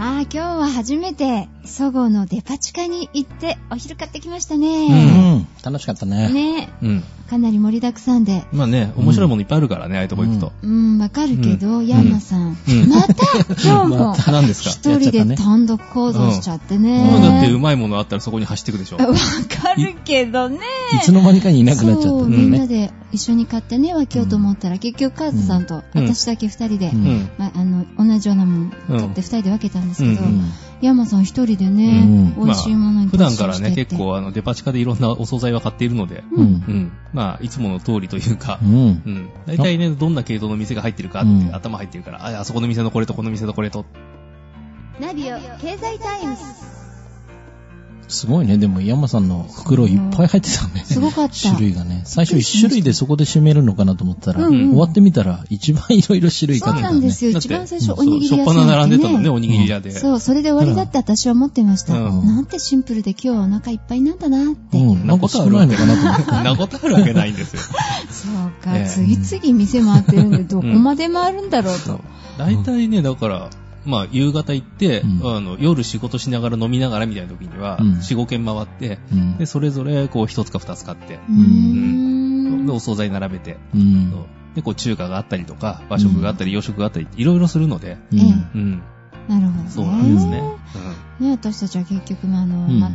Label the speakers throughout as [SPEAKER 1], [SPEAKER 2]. [SPEAKER 1] あ、今日は初めて、そごのデパ地下に行って、お昼買ってきましたね。
[SPEAKER 2] うん。楽しかったね。
[SPEAKER 1] ね
[SPEAKER 3] うん。
[SPEAKER 1] かなり盛りだくさんで。
[SPEAKER 3] まあね、面白いものいっぱいあるからね、ああいうとこ行くと。
[SPEAKER 1] うん、わかるけど、
[SPEAKER 3] うん
[SPEAKER 1] ヤンマさん。
[SPEAKER 3] うん
[SPEAKER 1] また、今日も、
[SPEAKER 3] 何ですか
[SPEAKER 1] 一人で単独行動しちゃってね。
[SPEAKER 3] もうだってうまいものあったらそこに走ってくでしょ。
[SPEAKER 1] わかるけどね。
[SPEAKER 2] いつの間にかにいなくなっちゃっ
[SPEAKER 1] そ
[SPEAKER 2] た
[SPEAKER 1] う、
[SPEAKER 2] んだ
[SPEAKER 1] みん
[SPEAKER 2] よ
[SPEAKER 1] な
[SPEAKER 2] ね。
[SPEAKER 1] で一緒に買ってね、分けようと思ったら、結局、カーズさんと
[SPEAKER 3] うん
[SPEAKER 1] 私だけ二人で、
[SPEAKER 2] う
[SPEAKER 3] うん。
[SPEAKER 1] まあ、あの、同じようなもん
[SPEAKER 3] うん
[SPEAKER 1] 買って二人で分けたんですけど、
[SPEAKER 3] う
[SPEAKER 2] うん
[SPEAKER 1] ヤンマさん一人でね、
[SPEAKER 2] う
[SPEAKER 1] 美味しいものに
[SPEAKER 3] 普段からね、
[SPEAKER 1] 突進してって
[SPEAKER 3] 結。構あの、デパ地下でいろんなお惣菜は買っているので、
[SPEAKER 2] う。
[SPEAKER 3] うんん。まあ、いつもの通りというか
[SPEAKER 2] う、ん
[SPEAKER 3] う。ん。大体ね、どんな系統の店が入ってるかって、
[SPEAKER 2] うん
[SPEAKER 3] 頭入ってるから、あ、あそこの店のこれとこの店のこれと。
[SPEAKER 1] ナビオ、経済タイムズ。
[SPEAKER 2] すごいね。でも、山さんの袋いっぱい入ってたね。
[SPEAKER 1] すごかった
[SPEAKER 2] 種類がね。最初1種類でそこで締めるのかなと思ったら、
[SPEAKER 1] うん
[SPEAKER 3] うん
[SPEAKER 2] 終わってみたら、一番いろいろ種類
[SPEAKER 1] そ
[SPEAKER 2] 買
[SPEAKER 1] う
[SPEAKER 2] ってた
[SPEAKER 1] な
[SPEAKER 2] ね。
[SPEAKER 1] んですよ。
[SPEAKER 3] だって
[SPEAKER 1] 一番最初、
[SPEAKER 3] そ
[SPEAKER 1] お
[SPEAKER 3] う
[SPEAKER 1] にぎり
[SPEAKER 3] しょ
[SPEAKER 1] 屋
[SPEAKER 3] っ
[SPEAKER 1] さ
[SPEAKER 3] ぱ
[SPEAKER 1] ん
[SPEAKER 3] な
[SPEAKER 1] てね
[SPEAKER 3] 並んでたもんね、おにぎり屋で。
[SPEAKER 1] そう、それで終わりだって私は思ってました。
[SPEAKER 3] うん
[SPEAKER 1] なんてシンプルで今日はお腹いっぱいなんだなって。
[SPEAKER 2] うん。なんか少ないのかなと思っ
[SPEAKER 3] そんなことあるわけないん ですよ。
[SPEAKER 1] そうか、
[SPEAKER 3] ええ
[SPEAKER 1] 次々店回ってるんで、どこまで回るんだろうと。
[SPEAKER 3] 大体ね、だから、まあ、夕方行って、
[SPEAKER 2] うん
[SPEAKER 3] あの、夜仕事しながら飲みながらみたいな時には、
[SPEAKER 2] うん
[SPEAKER 3] 4、5軒回って、
[SPEAKER 2] た。うん
[SPEAKER 3] で、それぞれ、こう、一つか二つ買って、
[SPEAKER 1] うーん
[SPEAKER 3] で、お惣菜並べて、
[SPEAKER 2] うん。
[SPEAKER 3] で、こう、中華があったりとか、和食があったり、洋食があったり、いろいろするので、
[SPEAKER 1] え
[SPEAKER 2] うん
[SPEAKER 1] え
[SPEAKER 3] うん、
[SPEAKER 1] なるほどね。
[SPEAKER 3] そうなんですね。
[SPEAKER 1] ね私たちは結局、まああの、
[SPEAKER 2] うん
[SPEAKER 1] まあ、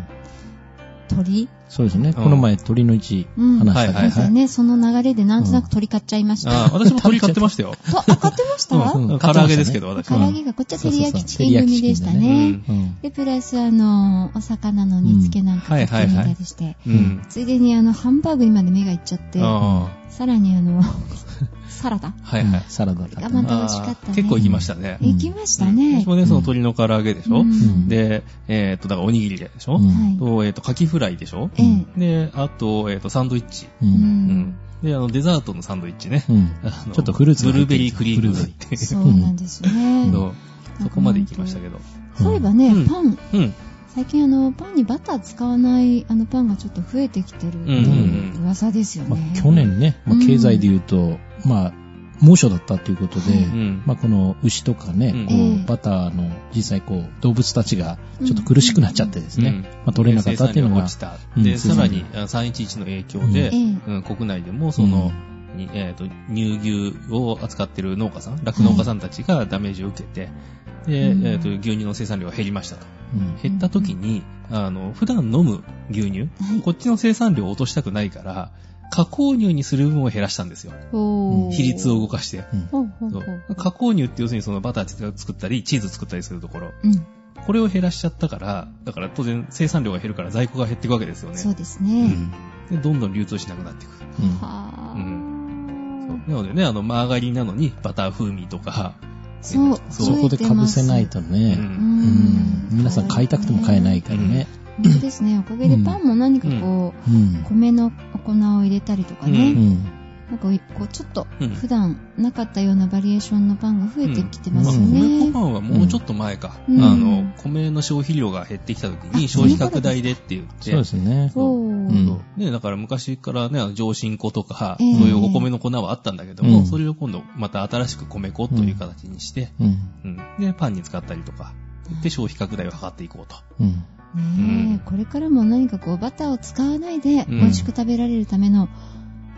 [SPEAKER 1] 鳥
[SPEAKER 2] そうですね。
[SPEAKER 3] ん
[SPEAKER 2] この前、鳥の市
[SPEAKER 1] うん
[SPEAKER 2] 話した
[SPEAKER 3] はいはい
[SPEAKER 2] ね
[SPEAKER 3] は
[SPEAKER 1] でね、その流れでなんとなく鳥買っちゃいまし
[SPEAKER 3] うん。
[SPEAKER 1] た。
[SPEAKER 3] あー私も鳥買ってましたよ。
[SPEAKER 1] と、あ、買ってました、
[SPEAKER 3] うん、うん唐揚げですけど、私
[SPEAKER 1] 唐
[SPEAKER 3] は。
[SPEAKER 1] 揚げが、こっちは照り焼きチキ
[SPEAKER 2] そう
[SPEAKER 1] ン
[SPEAKER 2] そうそう
[SPEAKER 1] 組でした
[SPEAKER 2] 照り
[SPEAKER 3] う
[SPEAKER 1] ね。
[SPEAKER 3] ん。
[SPEAKER 2] うん。
[SPEAKER 1] で、プラス、あの、お魚の煮付けなんか買ってみたりして。
[SPEAKER 3] うん。
[SPEAKER 1] ついでに、あの、ハンバーグにまで目がいっちゃって、
[SPEAKER 3] あ
[SPEAKER 1] さらに、あの、サラダ
[SPEAKER 3] あ、はいはい。
[SPEAKER 2] サラダだった
[SPEAKER 1] 我慢
[SPEAKER 2] ね。
[SPEAKER 1] また美味しかったね
[SPEAKER 3] あー結構行きましたね。
[SPEAKER 2] うん
[SPEAKER 1] 行きましたね
[SPEAKER 3] 私。もね、その鳥の唐揚げでしょ、
[SPEAKER 1] うん
[SPEAKER 3] で、えっ、と、だからおにぎりでしょ、
[SPEAKER 2] うん
[SPEAKER 1] はい。
[SPEAKER 3] と、えっ、と、カキフライでしょ
[SPEAKER 1] ええ。
[SPEAKER 3] で、あと、えっ、と、サンドイッチ。
[SPEAKER 2] う。
[SPEAKER 1] うん
[SPEAKER 3] うん
[SPEAKER 1] ん。。
[SPEAKER 3] で、あの、デザートのサンドイッチね。
[SPEAKER 2] うん。
[SPEAKER 3] あの
[SPEAKER 2] ちょっとフルーツが
[SPEAKER 3] ブ
[SPEAKER 2] 入
[SPEAKER 3] ル
[SPEAKER 2] っ
[SPEAKER 3] ー
[SPEAKER 2] て
[SPEAKER 3] ベ
[SPEAKER 2] る
[SPEAKER 3] リークリームが入ってる。
[SPEAKER 1] そうなんです ね。
[SPEAKER 3] そうそこまで行きましたけど。
[SPEAKER 1] そういえばね、
[SPEAKER 3] うん
[SPEAKER 1] パン、
[SPEAKER 3] うん。
[SPEAKER 1] 最近あの、パンにバター使わないあのパンがちょっと増えてきてるっていう噂ですよ
[SPEAKER 2] ま
[SPEAKER 1] ね
[SPEAKER 2] あ。去年ね、まあ経済で言うと、まあ、猛暑だったということで、
[SPEAKER 3] うん。
[SPEAKER 2] まあ、この牛とかね、
[SPEAKER 3] うん
[SPEAKER 2] こう
[SPEAKER 1] ええ
[SPEAKER 2] バターの実際こう動物たちがちょっと苦しくなっちゃってですね、
[SPEAKER 3] うん
[SPEAKER 2] まあ、取れなかったっていうのが、
[SPEAKER 3] 生産量が落ち
[SPEAKER 2] う
[SPEAKER 3] た。
[SPEAKER 2] ん
[SPEAKER 3] で、
[SPEAKER 2] 生産
[SPEAKER 3] さら
[SPEAKER 2] 量
[SPEAKER 3] に、あ311の影響で、
[SPEAKER 1] ええ
[SPEAKER 3] うん国内でも、その、にえっ、と、乳牛を扱ってる農家さん、酪農家さんたちがダメージを受けて、で、
[SPEAKER 1] うん
[SPEAKER 3] えっ、と、牛乳の生産量が減りましたと。
[SPEAKER 2] うん
[SPEAKER 3] 減った時に、あの、普段飲む牛乳、
[SPEAKER 1] はい
[SPEAKER 3] こっちの生産量を落としたくないから、加工乳にする分を減らしたんですよ。
[SPEAKER 1] ほう
[SPEAKER 3] 比率を動かして。
[SPEAKER 1] ほうほうほ
[SPEAKER 3] そうう加工乳って要するにそのバター作ったり、チーズ作ったりするところ。
[SPEAKER 1] うん。
[SPEAKER 3] これを減らしちゃったから、だから当然生産量が減るから在庫が減っていくわけですよね。
[SPEAKER 1] そうです
[SPEAKER 2] うん
[SPEAKER 1] ね。
[SPEAKER 3] で、どんどん流通しなくなっていく。
[SPEAKER 2] うん
[SPEAKER 1] は
[SPEAKER 3] う
[SPEAKER 1] ぁ。
[SPEAKER 3] なのでね、あの、マーガリンなのにバター風味とか、
[SPEAKER 1] そう、
[SPEAKER 3] そう
[SPEAKER 2] そこでかぶせない
[SPEAKER 1] 増えて
[SPEAKER 3] う
[SPEAKER 2] とね、うん
[SPEAKER 3] ん。
[SPEAKER 2] 皆さん買いたくても買えないからね、
[SPEAKER 1] ます。本当ですね。おかげでパンも何かこ
[SPEAKER 2] う
[SPEAKER 1] う、
[SPEAKER 2] ん
[SPEAKER 1] 米の粉を入れたりとか
[SPEAKER 2] う
[SPEAKER 3] うん
[SPEAKER 1] ね。
[SPEAKER 2] ん
[SPEAKER 1] なんかこう、ちょっと
[SPEAKER 3] うん
[SPEAKER 1] 普段なかったようなバリエーションのパンが増えてきてますよ
[SPEAKER 2] うん
[SPEAKER 3] 米粉パ
[SPEAKER 1] ね。
[SPEAKER 3] ンはもうちょっと前か。
[SPEAKER 1] うん
[SPEAKER 3] あの、米の消費量が減ってきた時に消費拡大でって言って、
[SPEAKER 2] そうですね、
[SPEAKER 1] ほ
[SPEAKER 2] うん
[SPEAKER 1] う。
[SPEAKER 3] ね、だから昔からね、あの上新粉とか、
[SPEAKER 1] ええ
[SPEAKER 3] そういうお米の粉はあったんだけども、
[SPEAKER 2] うん
[SPEAKER 3] それを今度また新しく米粉という形にして、
[SPEAKER 2] うん
[SPEAKER 3] うんで、パンに使ったりとか、で、消費拡大を図っていこうと。
[SPEAKER 2] うん
[SPEAKER 1] ねえ、これからも何かこうバターを使わないで
[SPEAKER 3] うん
[SPEAKER 1] 美味しく食べられるための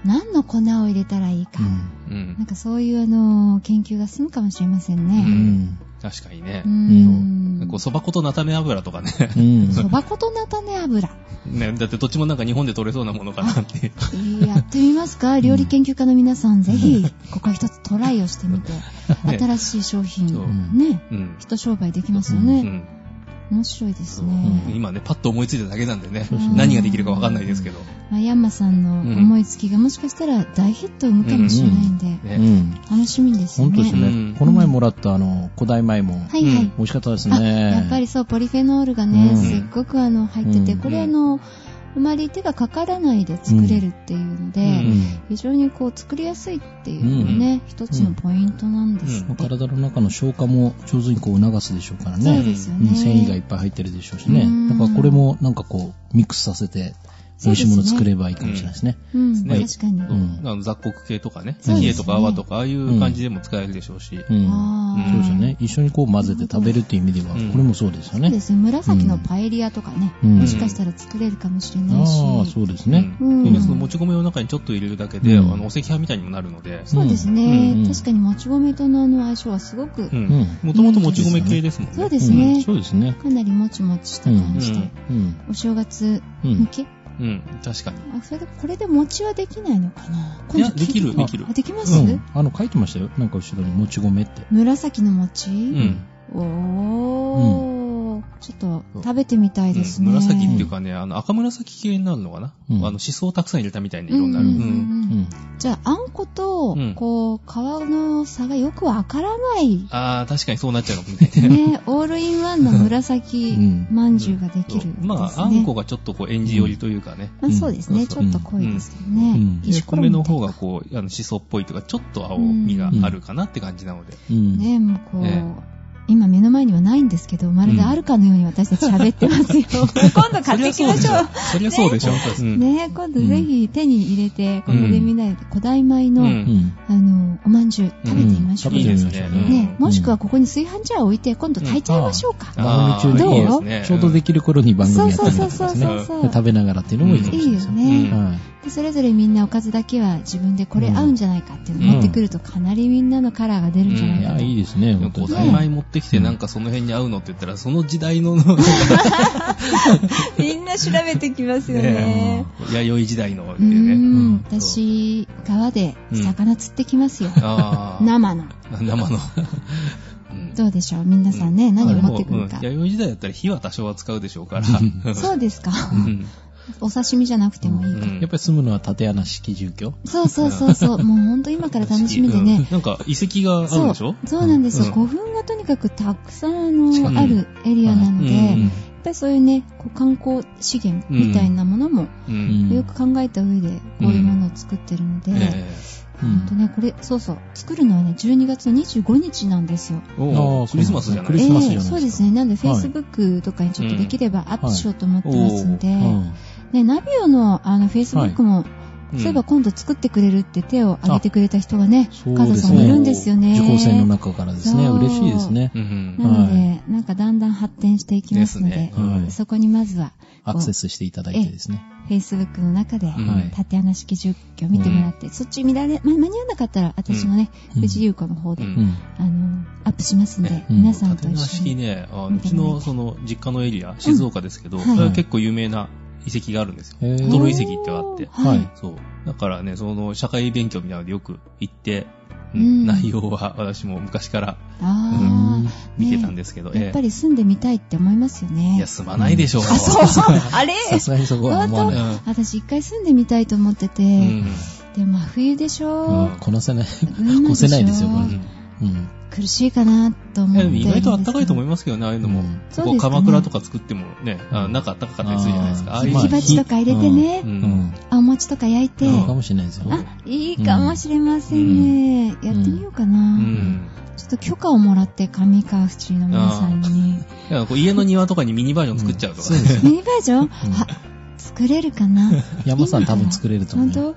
[SPEAKER 1] 何の粉を入れたらいいか、
[SPEAKER 2] うん
[SPEAKER 3] うん
[SPEAKER 1] なんかそういうあの研究が進むかもしれません
[SPEAKER 2] う
[SPEAKER 1] ね。
[SPEAKER 2] ん
[SPEAKER 3] 確かにね
[SPEAKER 1] う。ん
[SPEAKER 3] こう、。そば粉と菜種油とかね。
[SPEAKER 2] うん
[SPEAKER 1] そば粉と菜種油。
[SPEAKER 3] ね、だってどっちもなんか日本で取れそうなものかなっていう。
[SPEAKER 1] やってみますか料理研究家の皆さん、ぜひ、ここ一つトライをしてみて、新しい商
[SPEAKER 3] そ
[SPEAKER 1] 品、
[SPEAKER 3] う
[SPEAKER 2] うん
[SPEAKER 1] ね、
[SPEAKER 3] うん。
[SPEAKER 1] 人商売できますよ
[SPEAKER 3] う
[SPEAKER 1] ね。
[SPEAKER 3] ん。
[SPEAKER 1] 面白いです
[SPEAKER 3] そう
[SPEAKER 1] ね。
[SPEAKER 3] 今ね、パッと思いついただけなんでね
[SPEAKER 1] そうそう、
[SPEAKER 3] 何ができるかわかんないですけど。
[SPEAKER 1] まあヤンマさんの思いつきがもしかしたら大ヒットを生むかもしれないんで、
[SPEAKER 2] う
[SPEAKER 3] ね。
[SPEAKER 2] ん
[SPEAKER 1] 楽しみですね。
[SPEAKER 2] 本当ですね、
[SPEAKER 3] うん
[SPEAKER 2] この前もらったあの古代米も
[SPEAKER 1] はいはい。
[SPEAKER 3] うん
[SPEAKER 2] 美味しかったですね、
[SPEAKER 1] あ、やっぱりそう、ポリフェノールがね、
[SPEAKER 2] うん
[SPEAKER 1] すっごくあの、入ってて、
[SPEAKER 2] うん
[SPEAKER 1] これあの、あまり手がかからないで作れるっていうので、
[SPEAKER 3] うん
[SPEAKER 1] 非常にこう、作りやすいっていうのがね、一つのポイントなんですって。
[SPEAKER 2] まあ体の中の消化も上手にこう促すでしょうから
[SPEAKER 1] そ
[SPEAKER 2] ね
[SPEAKER 1] うですよ
[SPEAKER 2] うん
[SPEAKER 1] ね。
[SPEAKER 2] 繊維がいっぱい入ってるでしょうしね
[SPEAKER 1] うん。
[SPEAKER 2] だからこれもなんかこう、ミックスさせて美味しいもの作ればいいかもしれないですね。
[SPEAKER 1] うん、
[SPEAKER 3] ね
[SPEAKER 1] 確かに。
[SPEAKER 2] う
[SPEAKER 1] あ
[SPEAKER 2] ん。
[SPEAKER 3] あの雑穀系とかね、
[SPEAKER 1] そうですね
[SPEAKER 3] 冷えとか泡とか、ああいう感じでも使えるでしょうし。
[SPEAKER 2] うん。
[SPEAKER 1] あー
[SPEAKER 2] そうですよね。一緒にこう混ぜて食べるっていう意味では、
[SPEAKER 3] うん
[SPEAKER 2] これもそうですよ
[SPEAKER 1] そうで
[SPEAKER 2] ね。
[SPEAKER 1] すね。紫のパエリアとかね、
[SPEAKER 2] うん
[SPEAKER 1] もしかしたら作れるかもしれないし。
[SPEAKER 2] ああ、そうですね。
[SPEAKER 3] うん
[SPEAKER 1] うん
[SPEAKER 3] でそのもち米の中にちょっと入れるだけで、
[SPEAKER 2] うん
[SPEAKER 3] あのお赤飯みたいにもなるので、
[SPEAKER 1] そうですね、
[SPEAKER 2] うん
[SPEAKER 1] 確かにもち米とのあの相性はすごく、
[SPEAKER 3] う
[SPEAKER 2] うんん。
[SPEAKER 3] もともともち米系ですもんね。
[SPEAKER 1] そうですね、
[SPEAKER 2] うんそうですね。
[SPEAKER 1] かなりもちもちした感じで、
[SPEAKER 3] うん
[SPEAKER 2] うん。
[SPEAKER 1] お正月
[SPEAKER 2] う
[SPEAKER 1] 向
[SPEAKER 2] ん。
[SPEAKER 1] け、
[SPEAKER 3] うん、確かに。
[SPEAKER 1] あそれでこれで餅はできないのかない
[SPEAKER 3] や
[SPEAKER 1] 今度聞いてみよう
[SPEAKER 3] できるできる
[SPEAKER 1] あできます、
[SPEAKER 2] うん。あの、書いてましたよ。なんか後ろに、もち米って。
[SPEAKER 1] 紫の餅、
[SPEAKER 3] うん。
[SPEAKER 1] おー、ちょっと食べてみたいですね、
[SPEAKER 3] うん紫っていうかね、あの赤紫系になるのかな、
[SPEAKER 2] うん
[SPEAKER 3] あの、しそをたくさん入れたみたいな色になる。
[SPEAKER 1] う
[SPEAKER 3] うん
[SPEAKER 1] うんうん
[SPEAKER 3] ん。
[SPEAKER 2] う
[SPEAKER 1] うん
[SPEAKER 2] ん。
[SPEAKER 1] じゃああんこと、
[SPEAKER 3] うん
[SPEAKER 1] こう皮の差がよくわからない
[SPEAKER 3] ああ、確かにそうなっちゃうかも ね。
[SPEAKER 1] ね、オールインワンの
[SPEAKER 2] う
[SPEAKER 1] 紫
[SPEAKER 2] ん。
[SPEAKER 1] まんじゅうができる、
[SPEAKER 3] まあ、あんこがちょっとこう、エンジ寄りというかね。
[SPEAKER 1] まあ、そうですね、
[SPEAKER 3] うん
[SPEAKER 1] ちょっと濃いですけどね、
[SPEAKER 2] うん
[SPEAKER 3] で
[SPEAKER 1] 石ころ
[SPEAKER 3] 米
[SPEAKER 1] みたい
[SPEAKER 3] の方がこう、あの、しそっぽいというか、ちょっと青みがあるかなって感じなので。
[SPEAKER 2] うん。
[SPEAKER 1] ねもうこう、
[SPEAKER 3] ええ
[SPEAKER 1] 今目の前にはないんですけどまるであるかのように私たち喋ってますよ、 今度買ってきましょ
[SPEAKER 3] そりゃそうでしょ。そり
[SPEAKER 1] う
[SPEAKER 3] ゃそうでしょ。
[SPEAKER 1] ね今度ぜひ手に入れてこれでみんなで古代米の、
[SPEAKER 3] うん
[SPEAKER 2] うん。
[SPEAKER 1] あのおまんじゅう食べてみましょう、
[SPEAKER 2] 食べてみましょう
[SPEAKER 3] うん
[SPEAKER 1] ね、もしくはここに炊飯ジャーを置いて今度炊いちゃいましょうか、
[SPEAKER 2] 番組中
[SPEAKER 1] どう
[SPEAKER 2] にこう、ちょうどで
[SPEAKER 3] き
[SPEAKER 2] きる頃に番
[SPEAKER 1] そう
[SPEAKER 2] 組やっ
[SPEAKER 1] そ
[SPEAKER 2] た
[SPEAKER 1] うそ
[SPEAKER 2] りと
[SPEAKER 1] うそ
[SPEAKER 2] か
[SPEAKER 1] う
[SPEAKER 2] ですね。
[SPEAKER 1] そうそ
[SPEAKER 3] ね
[SPEAKER 1] う、
[SPEAKER 2] 食べながらっていうのもいいかもし
[SPEAKER 1] い
[SPEAKER 2] れ
[SPEAKER 1] い
[SPEAKER 2] ない
[SPEAKER 1] よ
[SPEAKER 2] ですね。
[SPEAKER 1] ね、
[SPEAKER 3] うん
[SPEAKER 2] はい。
[SPEAKER 1] でそれぞれみんなおかずだけは自分でこれ合うんじゃないかっていうのを持ってくるとかなりみんなのカラーが出るんじゃない
[SPEAKER 2] い
[SPEAKER 1] か
[SPEAKER 2] や、
[SPEAKER 1] と、
[SPEAKER 2] いいですね、本当
[SPEAKER 3] 古
[SPEAKER 2] に
[SPEAKER 3] 代米持ってきてなんかその辺に合うのって言ったら、その時代の、なんか
[SPEAKER 1] みんな調べてきますよね
[SPEAKER 3] ね。 弥生時代の
[SPEAKER 1] う
[SPEAKER 3] って
[SPEAKER 1] ー
[SPEAKER 3] いうね。
[SPEAKER 1] ん、
[SPEAKER 2] うん
[SPEAKER 1] 私、川で魚釣ってきますよ。
[SPEAKER 3] ああ。
[SPEAKER 1] 生の。
[SPEAKER 3] 生 の。うん
[SPEAKER 1] どうでしょう皆さんね、何を持ってくる
[SPEAKER 3] う
[SPEAKER 1] か
[SPEAKER 3] ん。弥生時代だったら火は多少は使うでしょうから。
[SPEAKER 1] そうですか。
[SPEAKER 3] うん
[SPEAKER 1] お刺身じゃなくてもいいか。
[SPEAKER 3] うん
[SPEAKER 2] やっぱり住むのは縦穴式住居
[SPEAKER 1] そうそうそうそう。もうほんと今から楽しみでね。
[SPEAKER 3] うんなんか遺跡がある
[SPEAKER 1] そ
[SPEAKER 3] んで
[SPEAKER 1] う、
[SPEAKER 3] しょ
[SPEAKER 1] そうなんですよ。
[SPEAKER 3] うん
[SPEAKER 1] 古墳がとにかくたくさんあ
[SPEAKER 3] 近く
[SPEAKER 1] の、あるエリアなので、
[SPEAKER 3] うん
[SPEAKER 1] やっぱりそういうね、こう観光資源みたいなものも
[SPEAKER 3] う。
[SPEAKER 2] うんん
[SPEAKER 1] よく考えた上でこういうものを作ってるので、
[SPEAKER 3] え
[SPEAKER 2] う
[SPEAKER 1] ほんと
[SPEAKER 2] ん
[SPEAKER 1] ね、これ、そうそう、作るのはね、12月の25日なんですよ。
[SPEAKER 3] えおう
[SPEAKER 2] あー
[SPEAKER 3] クリスマスじゃない
[SPEAKER 2] クリスマスじゃないですか
[SPEAKER 1] ええそうですね。なんで、
[SPEAKER 2] はい
[SPEAKER 1] Facebook とかにちょっとできればアップしようと思ってますんで、
[SPEAKER 2] うん
[SPEAKER 1] ね、ナビオのあの Facebook も、そういえば今度作ってくれるって手を挙げてくれた人がね、
[SPEAKER 2] そう
[SPEAKER 1] カズ
[SPEAKER 2] で
[SPEAKER 1] さ
[SPEAKER 2] す
[SPEAKER 1] んもいる
[SPEAKER 2] ね
[SPEAKER 1] んですよね。
[SPEAKER 2] 受講生の中からですね
[SPEAKER 1] そう
[SPEAKER 2] 嬉しいですね
[SPEAKER 3] うんうん
[SPEAKER 1] なので、なんかだんだん発展していきますので、
[SPEAKER 3] ですね
[SPEAKER 2] はい
[SPEAKER 1] そこにまずは
[SPEAKER 2] アクセスしていただいてですね
[SPEAKER 1] Facebook の中で、
[SPEAKER 3] うん
[SPEAKER 2] はい
[SPEAKER 1] 縦穴式住居見てもらって、そっち見られ、ま、間に合わなかったら私もね、
[SPEAKER 2] うん
[SPEAKER 1] 富士優子の方で、
[SPEAKER 3] うん
[SPEAKER 2] うん
[SPEAKER 1] あの、アップしますんで、
[SPEAKER 2] うん
[SPEAKER 1] 皆さんと
[SPEAKER 3] 縦な
[SPEAKER 1] 一緒
[SPEAKER 3] 式
[SPEAKER 1] に。
[SPEAKER 3] ね、あ
[SPEAKER 1] 見
[SPEAKER 3] の
[SPEAKER 1] てみ
[SPEAKER 3] う
[SPEAKER 1] な
[SPEAKER 3] ち
[SPEAKER 1] い
[SPEAKER 3] のその実家のエリア、静岡ですけど、
[SPEAKER 1] はい
[SPEAKER 3] それは結構有名な遺跡があるんですよ。
[SPEAKER 2] へー
[SPEAKER 3] トロ遺跡ってあって。
[SPEAKER 1] は
[SPEAKER 2] はいい。
[SPEAKER 3] そう。だからね、その社会勉強みたいなのでよく行って、うん
[SPEAKER 1] うん
[SPEAKER 3] 内容は私も昔から
[SPEAKER 1] ああ、
[SPEAKER 3] 見てたんですけど、
[SPEAKER 1] やっぱ
[SPEAKER 3] え
[SPEAKER 1] り住んでみたいって思いますよ
[SPEAKER 3] え
[SPEAKER 1] ね。
[SPEAKER 3] いや、すまないでしょう。
[SPEAKER 1] あ、そうそう。 あれ
[SPEAKER 2] さすがにそこは思わ
[SPEAKER 3] う
[SPEAKER 2] ない
[SPEAKER 3] ん
[SPEAKER 1] 私一回住んでみたいと思ってて、
[SPEAKER 3] うん
[SPEAKER 1] でも真冬でしょ、
[SPEAKER 2] うんこなせない
[SPEAKER 1] 群馬でしょ
[SPEAKER 2] 越せないですよこ
[SPEAKER 3] う
[SPEAKER 2] れ
[SPEAKER 3] ん
[SPEAKER 2] うん
[SPEAKER 1] 苦しいかなと思っ
[SPEAKER 3] いや
[SPEAKER 1] て
[SPEAKER 3] でも意外と暖かいと思い
[SPEAKER 1] ま
[SPEAKER 3] ますけどね、ああいうの
[SPEAKER 2] う
[SPEAKER 3] も
[SPEAKER 2] ん。
[SPEAKER 1] す
[SPEAKER 3] こう鎌倉とか作ってもね、あ中暖かかったりするじゃないですか。あ
[SPEAKER 2] あー
[SPEAKER 3] あいう
[SPEAKER 2] ま
[SPEAKER 1] 火
[SPEAKER 2] あ
[SPEAKER 1] 鉢とか入れてね、
[SPEAKER 3] う
[SPEAKER 2] うんん
[SPEAKER 1] あお餅とか焼いて、
[SPEAKER 2] そうかもしれないですよ
[SPEAKER 1] あいいかもしれませんね、
[SPEAKER 2] ん
[SPEAKER 1] やってみようか
[SPEAKER 3] う
[SPEAKER 1] な、
[SPEAKER 3] ん
[SPEAKER 1] ちょっと許可をもらって上川府中の皆さんに
[SPEAKER 3] いやこう家の庭とかにミニバージョン作っちゃうとかね。
[SPEAKER 1] ミニバージョン、あ作れるかな
[SPEAKER 2] 山さん多分作れると思
[SPEAKER 1] 本
[SPEAKER 2] うよ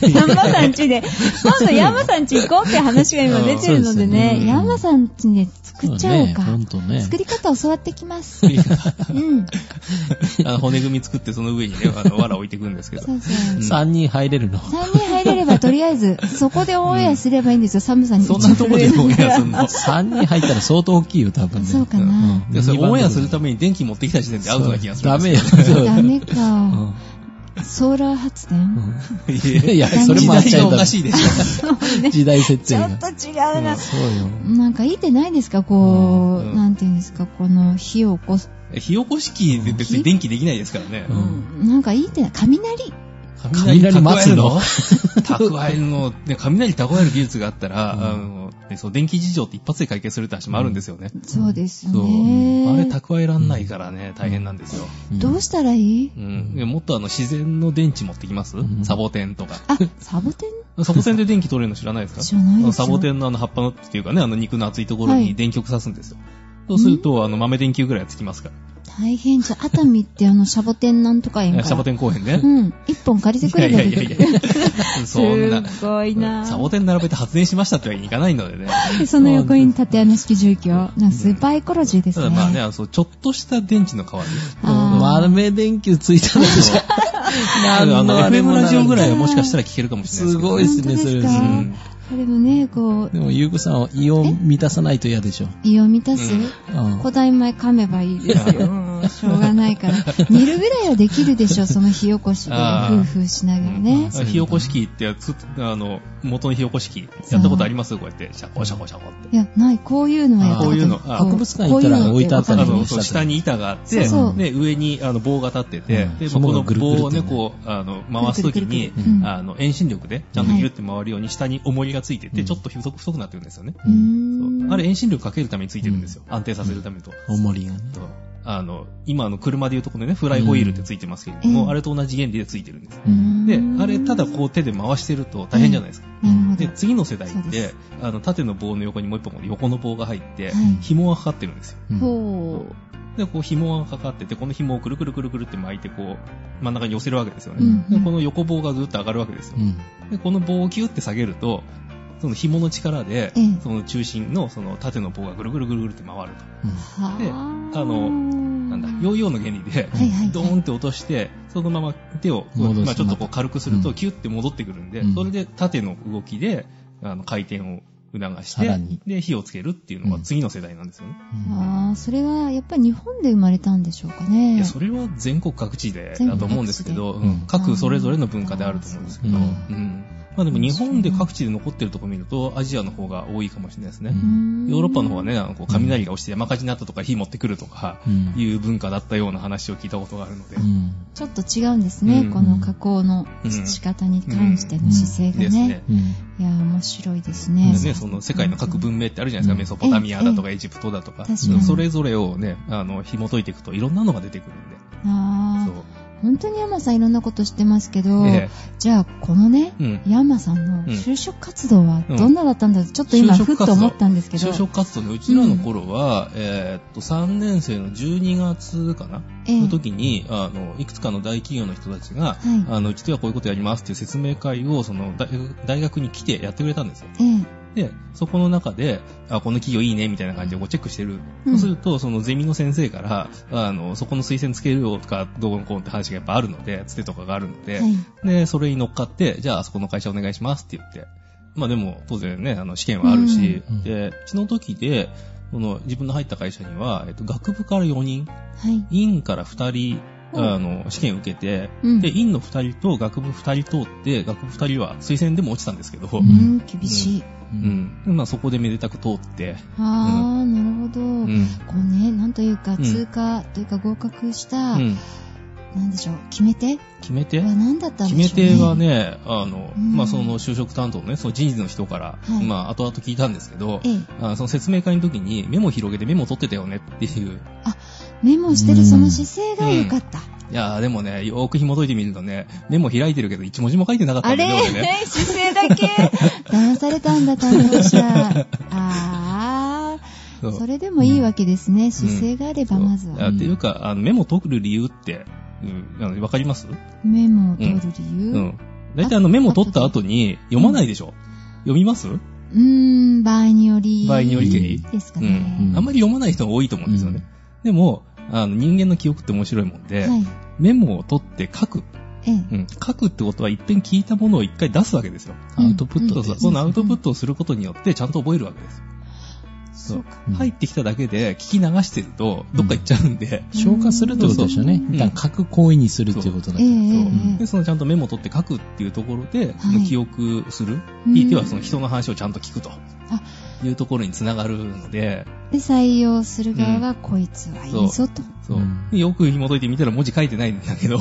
[SPEAKER 1] 当 じゃあ山さん家で今度山さん家行こうって話が今出てるのでね
[SPEAKER 2] うんそうですよね
[SPEAKER 1] 山さん家で作っちゃおう
[SPEAKER 2] ね
[SPEAKER 1] か、
[SPEAKER 2] 本当ね
[SPEAKER 1] 作り方教わってきます、うん
[SPEAKER 3] あの骨組み作ってその上にね、あの、藁置いていくんですけど。
[SPEAKER 1] そうそう
[SPEAKER 2] 3人入れるの
[SPEAKER 1] 3人入れればとりあえずそこでオンエアすればいいんですよ、寒さに
[SPEAKER 3] そんなとこでオンエアすんの
[SPEAKER 2] 3人入ったら相当大きいよ多分ね
[SPEAKER 1] そうかな、
[SPEAKER 2] うん
[SPEAKER 3] でそれオンエアするために電気持ってきた時点でアウトな気がする。
[SPEAKER 2] ダメよ。
[SPEAKER 1] ダメか、
[SPEAKER 2] うん
[SPEAKER 1] ソーラー発電、
[SPEAKER 2] い
[SPEAKER 3] いや、
[SPEAKER 2] や、それ
[SPEAKER 3] 時
[SPEAKER 2] もあっち
[SPEAKER 3] 代
[SPEAKER 2] ゃい
[SPEAKER 3] が
[SPEAKER 2] ん
[SPEAKER 3] お
[SPEAKER 2] だ
[SPEAKER 3] か。しいでし
[SPEAKER 2] 時代設定
[SPEAKER 1] ちょ
[SPEAKER 2] が
[SPEAKER 1] っ。と違うな、
[SPEAKER 2] そうよ。
[SPEAKER 1] なんかいいってないですかこう、
[SPEAKER 3] うん
[SPEAKER 1] なんていうんですかこの火を起こす、
[SPEAKER 3] ょ。火起こし器で別に電気できないですからね
[SPEAKER 2] う。ん
[SPEAKER 1] なんかいいってない雷
[SPEAKER 2] 雷待つ の
[SPEAKER 3] 蓄えるの、ね、雷蓄える技術があったら、あの、ねそう、電気事情って一発で解決するって話もあるんですよね。
[SPEAKER 1] そうです
[SPEAKER 3] そう。
[SPEAKER 1] ね
[SPEAKER 3] あれ蓄えらんないからね、大変なんですよ。
[SPEAKER 1] どうしたらいい
[SPEAKER 3] うん。いやもっとあの、自然の電池持ってきます
[SPEAKER 2] ん
[SPEAKER 3] サボテンとか。
[SPEAKER 1] あサボテン
[SPEAKER 3] サボテンで電気取れるの知らないですか
[SPEAKER 1] 知らないですよ
[SPEAKER 3] あのサボテンのあの葉っぱのっていうかね、あの肉の厚いところ
[SPEAKER 1] はい
[SPEAKER 3] に電極刺すんですよ。そうすると、あの豆電球ぐらいはつきますから。
[SPEAKER 1] 大変じゃん。熱海ってあの、シャボテンなんとか園
[SPEAKER 3] え
[SPEAKER 1] から。
[SPEAKER 3] シャボテン公園ね。
[SPEAKER 1] うん。一本借りてくればいい。
[SPEAKER 3] いやいやいやいやそん な。
[SPEAKER 1] すごいな
[SPEAKER 3] サボテン並べて発電しましたってはいかないのでね。
[SPEAKER 1] でその横に縦穴式住居。なんかスーパーエコロジーです
[SPEAKER 3] た
[SPEAKER 1] ね。
[SPEAKER 3] だまあね、そう、ちょっとした電池の代わり。
[SPEAKER 1] あー
[SPEAKER 2] 丸目電球ついたのじゃ。
[SPEAKER 3] あの、
[SPEAKER 2] 何のあれ
[SPEAKER 3] FM
[SPEAKER 2] もな
[SPEAKER 3] ラ
[SPEAKER 2] い
[SPEAKER 3] ジオぐらいはもしかしたら聞けるかもしれないで
[SPEAKER 2] す
[SPEAKER 3] すけど。
[SPEAKER 2] ごいですね、
[SPEAKER 1] 本当
[SPEAKER 2] そ
[SPEAKER 1] です
[SPEAKER 2] れ
[SPEAKER 1] か。
[SPEAKER 3] う
[SPEAKER 1] うん
[SPEAKER 3] ん。
[SPEAKER 1] これもね、こう
[SPEAKER 2] で、も、ゆうこさんは胃を満たさないと嫌でしょ。
[SPEAKER 1] 胃を満たす
[SPEAKER 3] うん。
[SPEAKER 2] うん
[SPEAKER 1] 古代米噛めばいいですよ。うんしょうがないから。煮るぐらいはできるで しょ、その火起こしで。
[SPEAKER 3] あ
[SPEAKER 1] ふ
[SPEAKER 3] ー
[SPEAKER 1] うふうしながらね。
[SPEAKER 3] 火起こし器ってやつ、あの、元の火起こし器、やったことありますこうやって、シャコシャコシャコって。
[SPEAKER 1] いや、ない、こういうのはやったこと
[SPEAKER 3] あーこういうのあー
[SPEAKER 2] 博物館行ったら置いてあった
[SPEAKER 3] あ
[SPEAKER 2] ん
[SPEAKER 1] の
[SPEAKER 2] だ
[SPEAKER 1] こういう
[SPEAKER 2] けど
[SPEAKER 1] のってわかんない
[SPEAKER 3] の、そう下に板があって、
[SPEAKER 1] そうそう
[SPEAKER 3] で、上にあの棒が立ってて、
[SPEAKER 2] うん
[SPEAKER 3] で、こ
[SPEAKER 2] 紐が
[SPEAKER 3] の
[SPEAKER 2] ぐるぐる
[SPEAKER 3] 棒をね、
[SPEAKER 2] ってね
[SPEAKER 3] こう、あの、回すとき
[SPEAKER 1] くる
[SPEAKER 3] に
[SPEAKER 1] くるくるくるう、ん
[SPEAKER 3] あの、遠心力で、ちゃんとギュルって回るように、下に重りがついてて、ちょっと太く太くなってるんですよね。
[SPEAKER 1] うーん
[SPEAKER 3] あれ、遠心力かけるためについてるんですよ。安定させるためと。
[SPEAKER 2] 重りがね。
[SPEAKER 3] そうあの、今の車でいうとこのね、フライホイールってついてますけれど
[SPEAKER 1] うん
[SPEAKER 3] も、あれと同じ原理でついてるんです。
[SPEAKER 1] うーん
[SPEAKER 3] で、あれただこう手で回してると大変じゃないですか。
[SPEAKER 1] なるほど。
[SPEAKER 3] で、次の世代
[SPEAKER 1] そう
[SPEAKER 3] っ
[SPEAKER 1] で
[SPEAKER 3] て、あの、縦の棒の横にもう一本横の棒が入って
[SPEAKER 1] はい、
[SPEAKER 3] 紐がかかってるんですよ。
[SPEAKER 2] うん
[SPEAKER 1] ほ
[SPEAKER 3] で、こう紐がかかってて、この紐をくるくるくるくるって巻いて、こう、真ん中に寄せるわけですよ
[SPEAKER 1] う
[SPEAKER 3] ね
[SPEAKER 1] ん。
[SPEAKER 3] で、この横棒がずっと上がるわけですよ
[SPEAKER 2] う。ん
[SPEAKER 3] で、この棒をキュッて下げると、その紐の力で
[SPEAKER 1] ええ、
[SPEAKER 3] その中心のその縦の棒がぐるぐるぐるぐるって回ると。
[SPEAKER 2] うん
[SPEAKER 1] う。は
[SPEAKER 3] であのな
[SPEAKER 1] なん
[SPEAKER 3] だ、ヨーヨーの原理で
[SPEAKER 1] はいはい、
[SPEAKER 3] ドーンって落として、そのまま手を、
[SPEAKER 2] 戻す
[SPEAKER 3] まあちょっとこう軽くする
[SPEAKER 2] う
[SPEAKER 3] と、
[SPEAKER 2] ん
[SPEAKER 3] キュッて戻ってくるんで
[SPEAKER 2] う、ん
[SPEAKER 3] それで縦の動きで、あの、回転を促し
[SPEAKER 2] さら
[SPEAKER 3] て
[SPEAKER 2] に、
[SPEAKER 3] で、火をつけるっていうのが次の世代なんですよね。
[SPEAKER 1] ああ、それはやっぱり日本で生まれたんでしょうか
[SPEAKER 3] い
[SPEAKER 1] ね
[SPEAKER 3] や、。それは全国各地でだと思うんですけど、う
[SPEAKER 2] 全国
[SPEAKER 3] ん
[SPEAKER 2] 各
[SPEAKER 1] 地で
[SPEAKER 3] 各それぞれの文化であると思うんですけど、
[SPEAKER 2] う
[SPEAKER 3] うんん。まあでも日本で各地で残ってるとこ見ると、アジアの方が多いかもしれないですね
[SPEAKER 2] う。
[SPEAKER 1] うーん
[SPEAKER 3] ヨーロッパの方はね、あのこう雷が落ちて山火事になったとか火持ってくるとか、
[SPEAKER 2] うん
[SPEAKER 3] いう文化だったような話を聞いたことがあるので
[SPEAKER 2] う。ん
[SPEAKER 1] ちょっと違うんですね、
[SPEAKER 3] うん
[SPEAKER 1] この加工の仕方に関しての姿勢がね。
[SPEAKER 3] ですね。
[SPEAKER 2] うん
[SPEAKER 1] いや、面白いです
[SPEAKER 3] で
[SPEAKER 1] ね。
[SPEAKER 3] ね、その世界の各文明ってあるじゃないですか、
[SPEAKER 2] うん
[SPEAKER 3] メソポタミアだと
[SPEAKER 1] え
[SPEAKER 3] かエジプトだとか、
[SPEAKER 1] 確か
[SPEAKER 2] に
[SPEAKER 3] それぞれをね、あの、紐解いていくといろんなのが出てくるんで、
[SPEAKER 1] あ
[SPEAKER 3] そう
[SPEAKER 1] あ、。本当に山さんいろんなことしてますけど、
[SPEAKER 3] え
[SPEAKER 1] じゃあこのね、
[SPEAKER 3] うん
[SPEAKER 1] 山さんの就職活動はどんなだったんだろう、ちょっと今
[SPEAKER 3] 就職
[SPEAKER 1] ふっ
[SPEAKER 3] 活動
[SPEAKER 1] と思ったんですけど、
[SPEAKER 3] 就職活動のうちらの頃は、えーっと、3年生の12月かな、
[SPEAKER 1] ええ
[SPEAKER 3] の時に、あの、いくつかの大企業の人たち
[SPEAKER 1] はい
[SPEAKER 3] が、あの、うちではこういうことやりますっていう説明会を、その、大学大学に来てやってくれたんですよ。
[SPEAKER 1] ええ
[SPEAKER 3] で、そこの中で、あ、この企業いいね、みたいな感じでこうチェックしてる。
[SPEAKER 1] うん
[SPEAKER 3] そうすると、そのゼミの先生から、あの、そこの推薦つけるよとか、どうのこうのって話がやっぱあるので、つてとかがあるので、
[SPEAKER 1] はい
[SPEAKER 3] で、それに乗っかって、じゃああそこの会社お願いしますって言って。まあでも、当然ね、あの、試験はあるし、
[SPEAKER 2] うん
[SPEAKER 3] で、うちの時で、その、自分の入った会社には、えっと、学部から4人、
[SPEAKER 1] はい。
[SPEAKER 3] 院から2人、
[SPEAKER 1] うん
[SPEAKER 3] あの、試験受けて、
[SPEAKER 1] うん
[SPEAKER 3] で、院の2人と学部2人通って、学部2人は推薦でも落ちたんですけど、
[SPEAKER 1] う
[SPEAKER 2] うん
[SPEAKER 1] ん、厳しい。
[SPEAKER 3] うん。まあそこでめでたく通って、
[SPEAKER 1] ああ、なるほど。
[SPEAKER 3] うん。
[SPEAKER 1] こうね、なんというか、
[SPEAKER 3] うん
[SPEAKER 1] 通過というか合格した、
[SPEAKER 3] うん
[SPEAKER 1] なんでしょう、決め手は
[SPEAKER 3] 決め手
[SPEAKER 1] 何だったん
[SPEAKER 3] 決
[SPEAKER 1] で
[SPEAKER 3] め
[SPEAKER 1] しょうね。
[SPEAKER 3] 手はね、あの、
[SPEAKER 1] うん
[SPEAKER 3] まあその就職担当のね、その人事の人から、
[SPEAKER 1] はい
[SPEAKER 3] まあ後々聞いたんですけど、
[SPEAKER 1] ええ、
[SPEAKER 3] あその説明会の時にメモ広げてメモ取ってたよねっていう。
[SPEAKER 1] メモしてるその姿勢が良かった。
[SPEAKER 3] いやーでもね、よーく紐解いてみるとね、メモ開いてるけど一文字も書いてなかった
[SPEAKER 1] あ
[SPEAKER 3] ん だ
[SPEAKER 1] れ
[SPEAKER 3] よ俺 ね。
[SPEAKER 1] 姿勢だ け騙されたんだ、担当者。あ
[SPEAKER 3] そ
[SPEAKER 1] あ、
[SPEAKER 3] う
[SPEAKER 1] それでもいいわけですね。姿勢があれば、まず
[SPEAKER 3] いや
[SPEAKER 1] は。
[SPEAKER 3] っていうか、あのメモ取る理由って、うんあのわかります
[SPEAKER 1] メモを取る理
[SPEAKER 3] う。
[SPEAKER 1] 由うん
[SPEAKER 3] 大体あのメモ取った後に読まないでしょ読みます
[SPEAKER 1] ーん、場合により。
[SPEAKER 3] 場合によりけり
[SPEAKER 1] ですか
[SPEAKER 3] う
[SPEAKER 1] ね
[SPEAKER 3] ん。。あんまり読まない人が多いと思うんですよね。でも、あの人間の記憶って面白いもんで、
[SPEAKER 1] はい。
[SPEAKER 3] メモを取って書く。
[SPEAKER 1] ええ。
[SPEAKER 3] うん書くってことは一遍聞いたものを一回出すわけですよ。
[SPEAKER 1] うん
[SPEAKER 2] アウトプッ
[SPEAKER 3] そ
[SPEAKER 2] ト
[SPEAKER 3] う
[SPEAKER 2] で
[SPEAKER 3] そう
[SPEAKER 2] す
[SPEAKER 3] そ
[SPEAKER 2] ね。
[SPEAKER 3] のアウトプットをすることによってちゃんと覚えるわけですよ。
[SPEAKER 1] そうか。
[SPEAKER 2] うん
[SPEAKER 3] 入ってきただけで聞き流してると、どっか行っちゃうんで、
[SPEAKER 2] 消化するってことでしょうね。
[SPEAKER 3] うん
[SPEAKER 2] 一旦書く行為にするっていうことだ
[SPEAKER 1] え
[SPEAKER 2] け
[SPEAKER 1] え
[SPEAKER 2] ど。
[SPEAKER 1] ええ
[SPEAKER 3] でそのちゃんとメモ取って書くっていうところで、その記憶する、
[SPEAKER 1] うん
[SPEAKER 3] ひいてはその人の話をちゃんと聞くというところにつながるので、
[SPEAKER 1] で、採用する側は、こいつはいいぞと。
[SPEAKER 3] そう
[SPEAKER 2] うん
[SPEAKER 3] でよく紐解いてみたら文字書いてないんだけ ど、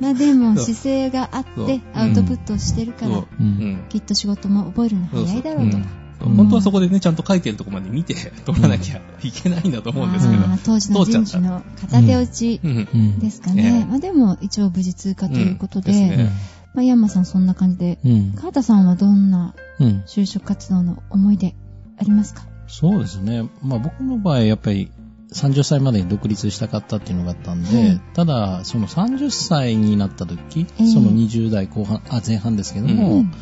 [SPEAKER 1] まあでも、
[SPEAKER 3] そう
[SPEAKER 1] 姿勢があっ
[SPEAKER 3] そう
[SPEAKER 1] て、アウトプットしてるか
[SPEAKER 3] そ
[SPEAKER 1] ら
[SPEAKER 3] う、
[SPEAKER 2] う。
[SPEAKER 3] うんん
[SPEAKER 1] きっと仕事も覚えるの早いだろうと。
[SPEAKER 3] うんそう
[SPEAKER 2] うん
[SPEAKER 3] 本当はそこでね、ちゃんと書いてるとこまで 見て取らなきゃいけないんだと思うんですけど
[SPEAKER 1] あ。ー当時の人事の片手打ち
[SPEAKER 3] うん
[SPEAKER 2] うん
[SPEAKER 1] ですかね。
[SPEAKER 3] ええ
[SPEAKER 1] まあでも一応無事通過ということで、
[SPEAKER 3] うんですね
[SPEAKER 1] まあヤンマさんそんな感じで、
[SPEAKER 2] うん。
[SPEAKER 1] 川田さんはどんな
[SPEAKER 2] うん。
[SPEAKER 1] 就職活動の思い出ありますか
[SPEAKER 2] そうですね。まあ僕の場合、やっぱり、 30歳までに独立したかったっていうのがあったんで、
[SPEAKER 1] はい
[SPEAKER 2] ただ、その30歳になった時、
[SPEAKER 1] ええ
[SPEAKER 2] その20代後半、あ、前半ですけど
[SPEAKER 3] う
[SPEAKER 2] も、
[SPEAKER 1] うん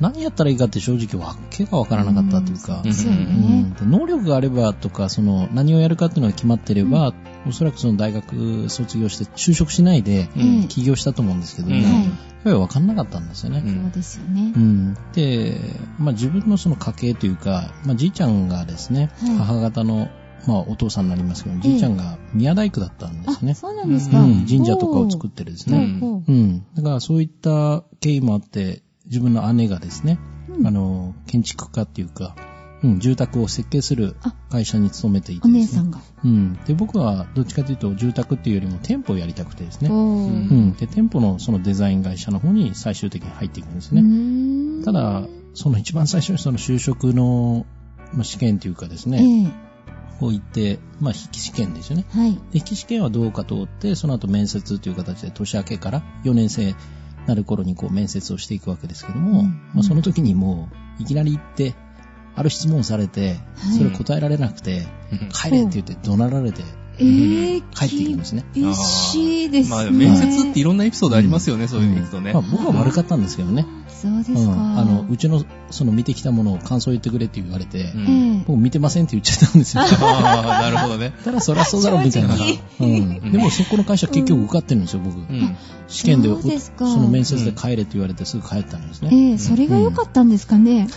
[SPEAKER 2] 何やったらいいかって正直わけがわからなかったというか、
[SPEAKER 1] んそうよ
[SPEAKER 2] う
[SPEAKER 1] ね
[SPEAKER 2] ん。で能力があればとか、その何をやるかっていうのが決まってれば、おそらくその大学卒業して就職しないで
[SPEAKER 3] うん
[SPEAKER 1] ええ
[SPEAKER 2] 起業したと思うんですけども、
[SPEAKER 3] うん
[SPEAKER 2] やっ
[SPEAKER 1] は
[SPEAKER 2] ぱりわかんなかったんですよね。
[SPEAKER 3] う
[SPEAKER 1] い。
[SPEAKER 3] ん
[SPEAKER 1] そうですよね
[SPEAKER 2] う。ん、で、まあ、自分のその家系というか、まあ、じいちゃんがですね、
[SPEAKER 1] はい
[SPEAKER 2] 母方の、まあ、お父さんになりますけど、じいちゃんが宮大工だったんですね
[SPEAKER 1] あ、。そうなんです
[SPEAKER 2] う
[SPEAKER 1] か。
[SPEAKER 2] ん、神社とかを作ってるです
[SPEAKER 1] ほう
[SPEAKER 2] ね。
[SPEAKER 1] ほう
[SPEAKER 2] うん。だからそういった経緯もあって、自分の姉がですね、
[SPEAKER 1] うん
[SPEAKER 2] あの、建築家っていうか、うん、住宅を設計する会社に勤めてい
[SPEAKER 1] お
[SPEAKER 2] てで
[SPEAKER 1] 姉
[SPEAKER 2] すね。
[SPEAKER 1] さんが。
[SPEAKER 2] うん。で、僕はどっちかというと住宅っていうよりも店舗をやりたくてですね。
[SPEAKER 1] おー
[SPEAKER 3] う
[SPEAKER 2] うん。で、店舗のそのデザイン会社の方に最終的に入っていくんですね。
[SPEAKER 1] ね
[SPEAKER 2] ただ、その一番最初にその就職のまあ試験というかです
[SPEAKER 1] え
[SPEAKER 2] ね、
[SPEAKER 1] え、
[SPEAKER 2] こう言って、まあ筆記試験ですよね。
[SPEAKER 1] はい。
[SPEAKER 2] で筆記試験はどうか通って、その後面接という形で年明けから4年生になる頃にこう面接をしていくわけですけど
[SPEAKER 1] う
[SPEAKER 2] も、
[SPEAKER 1] ん
[SPEAKER 2] まあ、その時にもういきなり行って、ある質問されて、
[SPEAKER 1] はい
[SPEAKER 2] それ答えられなくて、
[SPEAKER 3] うん
[SPEAKER 2] 帰れって言って怒鳴られて
[SPEAKER 1] ええ、
[SPEAKER 2] 帰っていきますね。
[SPEAKER 1] 厳しいですね。
[SPEAKER 3] まあ、面接っていろんなエピソードありますよね、そういうの行くとね
[SPEAKER 2] まあ、。僕は悪かったんですけどね。
[SPEAKER 1] そうですか。
[SPEAKER 2] うん、あのうちのその見てきたものを感想言ってくれって言われて、
[SPEAKER 3] うん
[SPEAKER 1] ええ。
[SPEAKER 2] 僕見てませんって言っちゃったんですよ。
[SPEAKER 3] ああ、なるほどね。
[SPEAKER 2] ただそりゃそうだろみたいな。
[SPEAKER 1] 正
[SPEAKER 2] うん、でもそこの会社結局受かってるんですよ、僕。
[SPEAKER 3] うん。
[SPEAKER 2] 試験で
[SPEAKER 1] そうですか
[SPEAKER 2] その面接で帰れって言われてすぐ帰ったんですね。
[SPEAKER 1] ええ、それが良かったんですかね。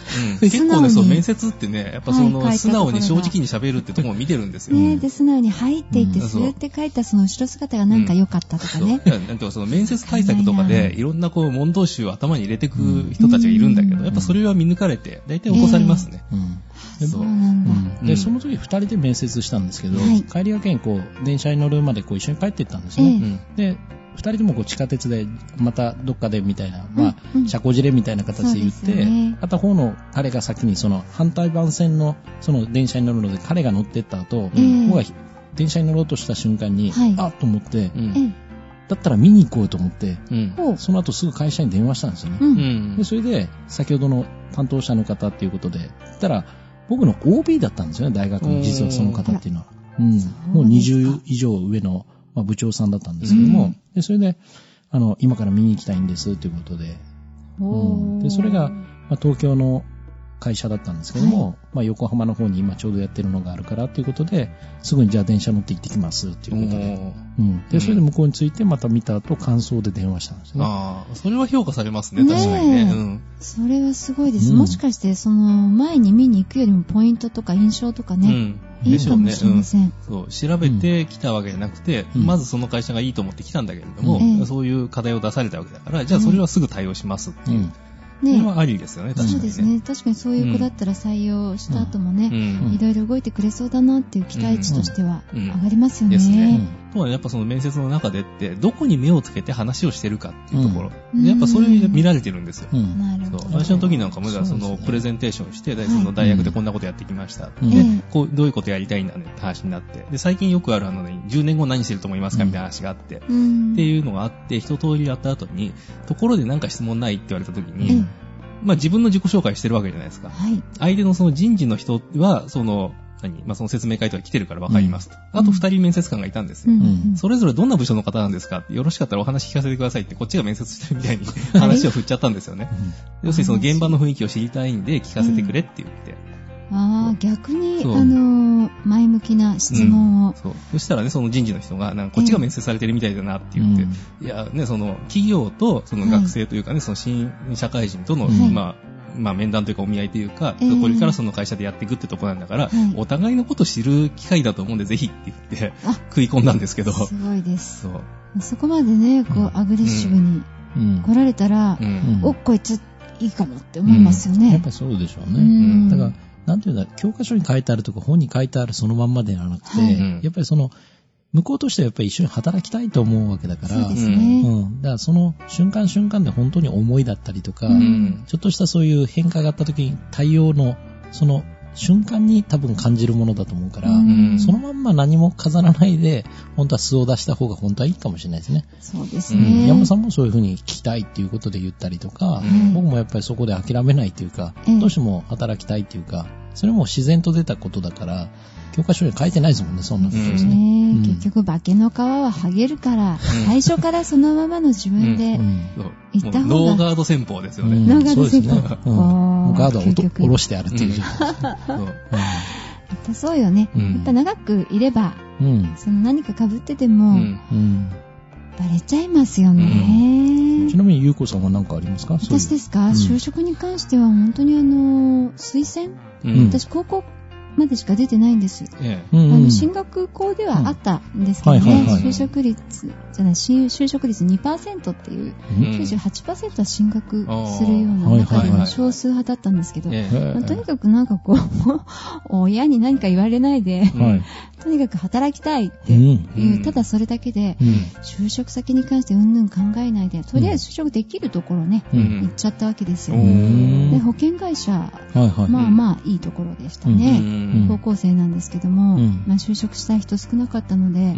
[SPEAKER 3] う ん
[SPEAKER 1] 素直
[SPEAKER 3] 結
[SPEAKER 1] に
[SPEAKER 3] 構ね、そう、面接ってね、やっぱその、
[SPEAKER 1] はい書い
[SPEAKER 3] 素
[SPEAKER 1] たところ
[SPEAKER 3] 直
[SPEAKER 1] が
[SPEAKER 3] に正直に喋るってとこも見てるんですよ。
[SPEAKER 1] ねえ、で、素直に入っていって、
[SPEAKER 3] うん
[SPEAKER 1] スーって帰ったその後ろ姿がなんか良かったとか
[SPEAKER 3] そう
[SPEAKER 1] ね。
[SPEAKER 3] いやなんかその面接対策とか
[SPEAKER 1] はいは
[SPEAKER 3] で、
[SPEAKER 1] い
[SPEAKER 3] いろんなこう、問答集を頭に入れてく人たちがいるんだけ
[SPEAKER 1] うん
[SPEAKER 3] ど、やっぱそれは見抜かれて、大体起こされますね。
[SPEAKER 2] うん
[SPEAKER 3] え
[SPEAKER 1] そうなんだ。
[SPEAKER 3] うん
[SPEAKER 2] で、その時二人で面接したんですけど、
[SPEAKER 1] はい
[SPEAKER 2] 帰りがけにこう、電車に乗るまでこう一緒に帰ってったんです
[SPEAKER 1] え
[SPEAKER 2] ね。
[SPEAKER 1] え。
[SPEAKER 2] で、二人ともこう地下鉄で、またどっかでみたいな、ま
[SPEAKER 1] うんうん
[SPEAKER 2] あ、車庫じれみたいな形で言っ
[SPEAKER 1] そうですよ
[SPEAKER 2] て、
[SPEAKER 1] ね
[SPEAKER 2] 片方の彼が先にその反対番線のその電車に乗るので彼が乗ってった後、
[SPEAKER 1] ええ
[SPEAKER 2] 僕が電車に乗ろうとした瞬間に、
[SPEAKER 1] はい
[SPEAKER 2] あっと思って、
[SPEAKER 3] う
[SPEAKER 1] え
[SPEAKER 3] ん。
[SPEAKER 1] え。
[SPEAKER 2] だったら見に行こうと思って、
[SPEAKER 3] うん。
[SPEAKER 1] ほう。
[SPEAKER 2] その後すぐ会社に電話したんですよね。
[SPEAKER 1] う。
[SPEAKER 3] うんん
[SPEAKER 2] で、。それで、先ほどの担当者の方っていうことで、言ったら、僕の OB だったんですよね、大学の、実はその方っていうのは。うん
[SPEAKER 1] そうですか。
[SPEAKER 2] もう20以上上の、まあ、部長さんだったんですけども、
[SPEAKER 3] うん
[SPEAKER 2] で、それで、あの、今から見に行きたいんですということで、うん
[SPEAKER 1] おー
[SPEAKER 2] で、それが、まあ、東京の会社だったんですけども、まあ、横浜の方に今ちょうどやってるのがあるからということで、すぐにじゃあ電車乗って行ってきますっていうことで、うん。で、それで向こうに着いてまた見た後、感想で電話したんですよね。
[SPEAKER 3] ああ、それは評価されますね、確かにね。
[SPEAKER 1] ねえ
[SPEAKER 3] うん。
[SPEAKER 1] それはすごいです。
[SPEAKER 2] うん
[SPEAKER 1] もしかして、その、前に見に行くよりもポイントとか印象とか
[SPEAKER 3] う
[SPEAKER 1] ね、
[SPEAKER 3] ん。
[SPEAKER 1] い
[SPEAKER 3] で
[SPEAKER 1] い
[SPEAKER 3] し
[SPEAKER 1] か
[SPEAKER 3] ょう
[SPEAKER 1] も
[SPEAKER 3] ね。
[SPEAKER 1] し
[SPEAKER 3] う
[SPEAKER 1] れま
[SPEAKER 3] ん。
[SPEAKER 1] せん。
[SPEAKER 3] そう、調べてきたわけじゃなくて、
[SPEAKER 2] うん
[SPEAKER 3] まずその会社がいいと思って来たんだけれども、
[SPEAKER 1] うん
[SPEAKER 3] そういう課題を出されたわけだから、じゃあそれはすぐ対応しますっていう。
[SPEAKER 2] うん
[SPEAKER 3] そ
[SPEAKER 1] ね
[SPEAKER 3] れはありですよね、確かに
[SPEAKER 1] そ
[SPEAKER 3] ね。
[SPEAKER 1] うですね。確かにそういう子だったら採用した後もね、
[SPEAKER 3] うん。
[SPEAKER 1] いろいろ動いてくれそうだなっていう期待値としては
[SPEAKER 3] うん
[SPEAKER 1] 上がりますよね。
[SPEAKER 3] ですね
[SPEAKER 2] うん
[SPEAKER 3] あとはやっぱその面接の中でって、どこに目をつけて話をしてるかっていうところ。
[SPEAKER 1] うん
[SPEAKER 3] でやっぱそれ見られてるんですよ。
[SPEAKER 2] うん
[SPEAKER 1] なる
[SPEAKER 3] そ
[SPEAKER 1] ほ
[SPEAKER 3] う
[SPEAKER 1] ど。
[SPEAKER 3] 私の時なんかも、じゃあそ
[SPEAKER 2] そう
[SPEAKER 3] の
[SPEAKER 2] ですね
[SPEAKER 3] プレゼンテーションして、で
[SPEAKER 1] い
[SPEAKER 3] その大学でこんなことやってきました。
[SPEAKER 2] うん
[SPEAKER 3] で
[SPEAKER 1] ええ、
[SPEAKER 3] こう、どういうことやりたいんだねって話になって。で、最近よくあるあのね、10年後何してると思いますかみたいな話があって。
[SPEAKER 1] うん
[SPEAKER 3] っていうのがあって、一通りやった後に、ところでなんか質問ないって言われた時
[SPEAKER 1] ええ
[SPEAKER 3] に、まあ自分の自己紹介してるわけじゃないですか。
[SPEAKER 1] はい。
[SPEAKER 3] 相手のその人事の人は、その、何まあその説明会とか来てるからわかりますと。あと二人面接官がいたんですよ。
[SPEAKER 2] ん
[SPEAKER 3] それぞれどんな部署の方なんですかよろしかったらお話聞かせてくださいって、こっちが面接してるみたいに話を振っちゃったんですよね。要するにその現場の雰囲気を知りたいんで聞かせてくれって言って。
[SPEAKER 1] ああ、逆に、
[SPEAKER 3] そう
[SPEAKER 1] あのー、前向きな質問を。
[SPEAKER 3] そう。そしたらね、その人事の人が、なんかこっちが面接されてるみたいだなって言って、いや、ね、その企業とその学生というかね、その新社会人との、
[SPEAKER 1] はい
[SPEAKER 3] まあ、まあ面談というかお見合いというか、
[SPEAKER 1] ええ
[SPEAKER 3] これからその会社でやっていくってとこなんだから、
[SPEAKER 1] はい
[SPEAKER 3] お互いのこと知る機会だと思うんで、ぜひって言って
[SPEAKER 1] あ、
[SPEAKER 3] 食い込んだんですけど、
[SPEAKER 1] すごいです。
[SPEAKER 3] そう。
[SPEAKER 1] そこまでね、こ
[SPEAKER 2] うん
[SPEAKER 1] う、アグレッシブに
[SPEAKER 2] うん
[SPEAKER 1] 来られたら
[SPEAKER 3] う、ん。
[SPEAKER 1] おっこいついいかもって思いますよ
[SPEAKER 2] や
[SPEAKER 1] ね
[SPEAKER 2] っぱ。りそうでしょう
[SPEAKER 1] う
[SPEAKER 2] ね。
[SPEAKER 1] ん
[SPEAKER 2] だから、なんていうんだ、教科書に書いてあるとか本に書いてあるそのまんまではなくて、
[SPEAKER 1] はい
[SPEAKER 3] うん
[SPEAKER 2] やっぱりその、向こうとしてはやっぱり一緒に働きたいと思うわけだから、
[SPEAKER 1] そうです
[SPEAKER 2] う
[SPEAKER 1] ね。
[SPEAKER 2] ん。だからその瞬間瞬間で本当に思いだったりとか、
[SPEAKER 1] う
[SPEAKER 3] うんん。
[SPEAKER 2] ちょっとしたそういう変化があった時に対応の、その瞬間に多分感じるものだと思うから、
[SPEAKER 1] うん
[SPEAKER 3] うん
[SPEAKER 2] そのまんま何も飾らないで、本当は素を出した方が本当はいいかもしれないですね。
[SPEAKER 1] そうです
[SPEAKER 3] う
[SPEAKER 1] ね。
[SPEAKER 2] 山さんもそういうふうに聞きたいっていうことで言ったりとか、
[SPEAKER 3] うん
[SPEAKER 2] 僕もやっぱりそこで諦めないというか、
[SPEAKER 1] うん
[SPEAKER 2] どうしても働きたいというか、それも自然と出たことだから、教科書には書いてないですもんね、そんなこと
[SPEAKER 3] うん
[SPEAKER 2] ですね。
[SPEAKER 1] ね
[SPEAKER 2] うん
[SPEAKER 1] 結局、化けの皮は剥げるから、最初からそのままの自分で
[SPEAKER 2] う、ん
[SPEAKER 3] そう
[SPEAKER 1] 行った方が
[SPEAKER 3] もうノーガード戦法ですよね。
[SPEAKER 1] うん
[SPEAKER 2] そうですね。
[SPEAKER 1] 長
[SPEAKER 2] う
[SPEAKER 1] 野
[SPEAKER 2] ん
[SPEAKER 1] 先生
[SPEAKER 2] もうガードは
[SPEAKER 1] あー究
[SPEAKER 2] おと
[SPEAKER 1] 極
[SPEAKER 2] 下ろしてあるっていう状態。
[SPEAKER 3] そう
[SPEAKER 1] やっぱそうよね。
[SPEAKER 2] うん
[SPEAKER 1] やっぱ長くいれば、
[SPEAKER 2] うんうん
[SPEAKER 1] その何か被ってて
[SPEAKER 3] う
[SPEAKER 1] も、
[SPEAKER 3] ん
[SPEAKER 2] うん
[SPEAKER 1] バレちゃいますよね。
[SPEAKER 2] ちなみに、ゆうこさんは何かありますかそういう
[SPEAKER 1] 私ですか、
[SPEAKER 2] うん
[SPEAKER 1] 就職に関しては本当にあの、推薦、
[SPEAKER 3] うん
[SPEAKER 1] 私高校までしか出てないんです。
[SPEAKER 3] え
[SPEAKER 2] うん
[SPEAKER 1] あ
[SPEAKER 2] うん
[SPEAKER 1] の進学校ではあったんですけどね、
[SPEAKER 2] うんはいはいはい
[SPEAKER 1] 就職率じゃない、し就職率2%っていう、
[SPEAKER 2] うん
[SPEAKER 3] うん
[SPEAKER 1] 98%は進学するような
[SPEAKER 2] あー
[SPEAKER 1] 中
[SPEAKER 2] はい
[SPEAKER 1] で
[SPEAKER 2] はいは
[SPEAKER 1] も
[SPEAKER 2] い
[SPEAKER 1] 少数派だったんですけど、
[SPEAKER 3] えええ
[SPEAKER 1] まあ
[SPEAKER 2] へ
[SPEAKER 1] とにかくなんかこう、 親に何か言われないで、
[SPEAKER 2] えはい。
[SPEAKER 1] とにかく働きたいって
[SPEAKER 2] う
[SPEAKER 1] い
[SPEAKER 2] ん。
[SPEAKER 1] う、ただそれだけで、
[SPEAKER 2] うん。
[SPEAKER 1] 就職先に関してうんぬん考えないで、とりあえず就職できるところね、
[SPEAKER 2] う
[SPEAKER 3] うん
[SPEAKER 2] ん。
[SPEAKER 1] 行っちゃったわけですよ。
[SPEAKER 3] おー
[SPEAKER 1] で保険会社、ま
[SPEAKER 2] はいはい。
[SPEAKER 1] あまあいいところでした
[SPEAKER 3] う
[SPEAKER 1] ね。
[SPEAKER 3] ん
[SPEAKER 1] 高校生なんですけども、
[SPEAKER 2] うん
[SPEAKER 1] まあ、就職した人少なかったの
[SPEAKER 3] う
[SPEAKER 1] で、
[SPEAKER 3] ん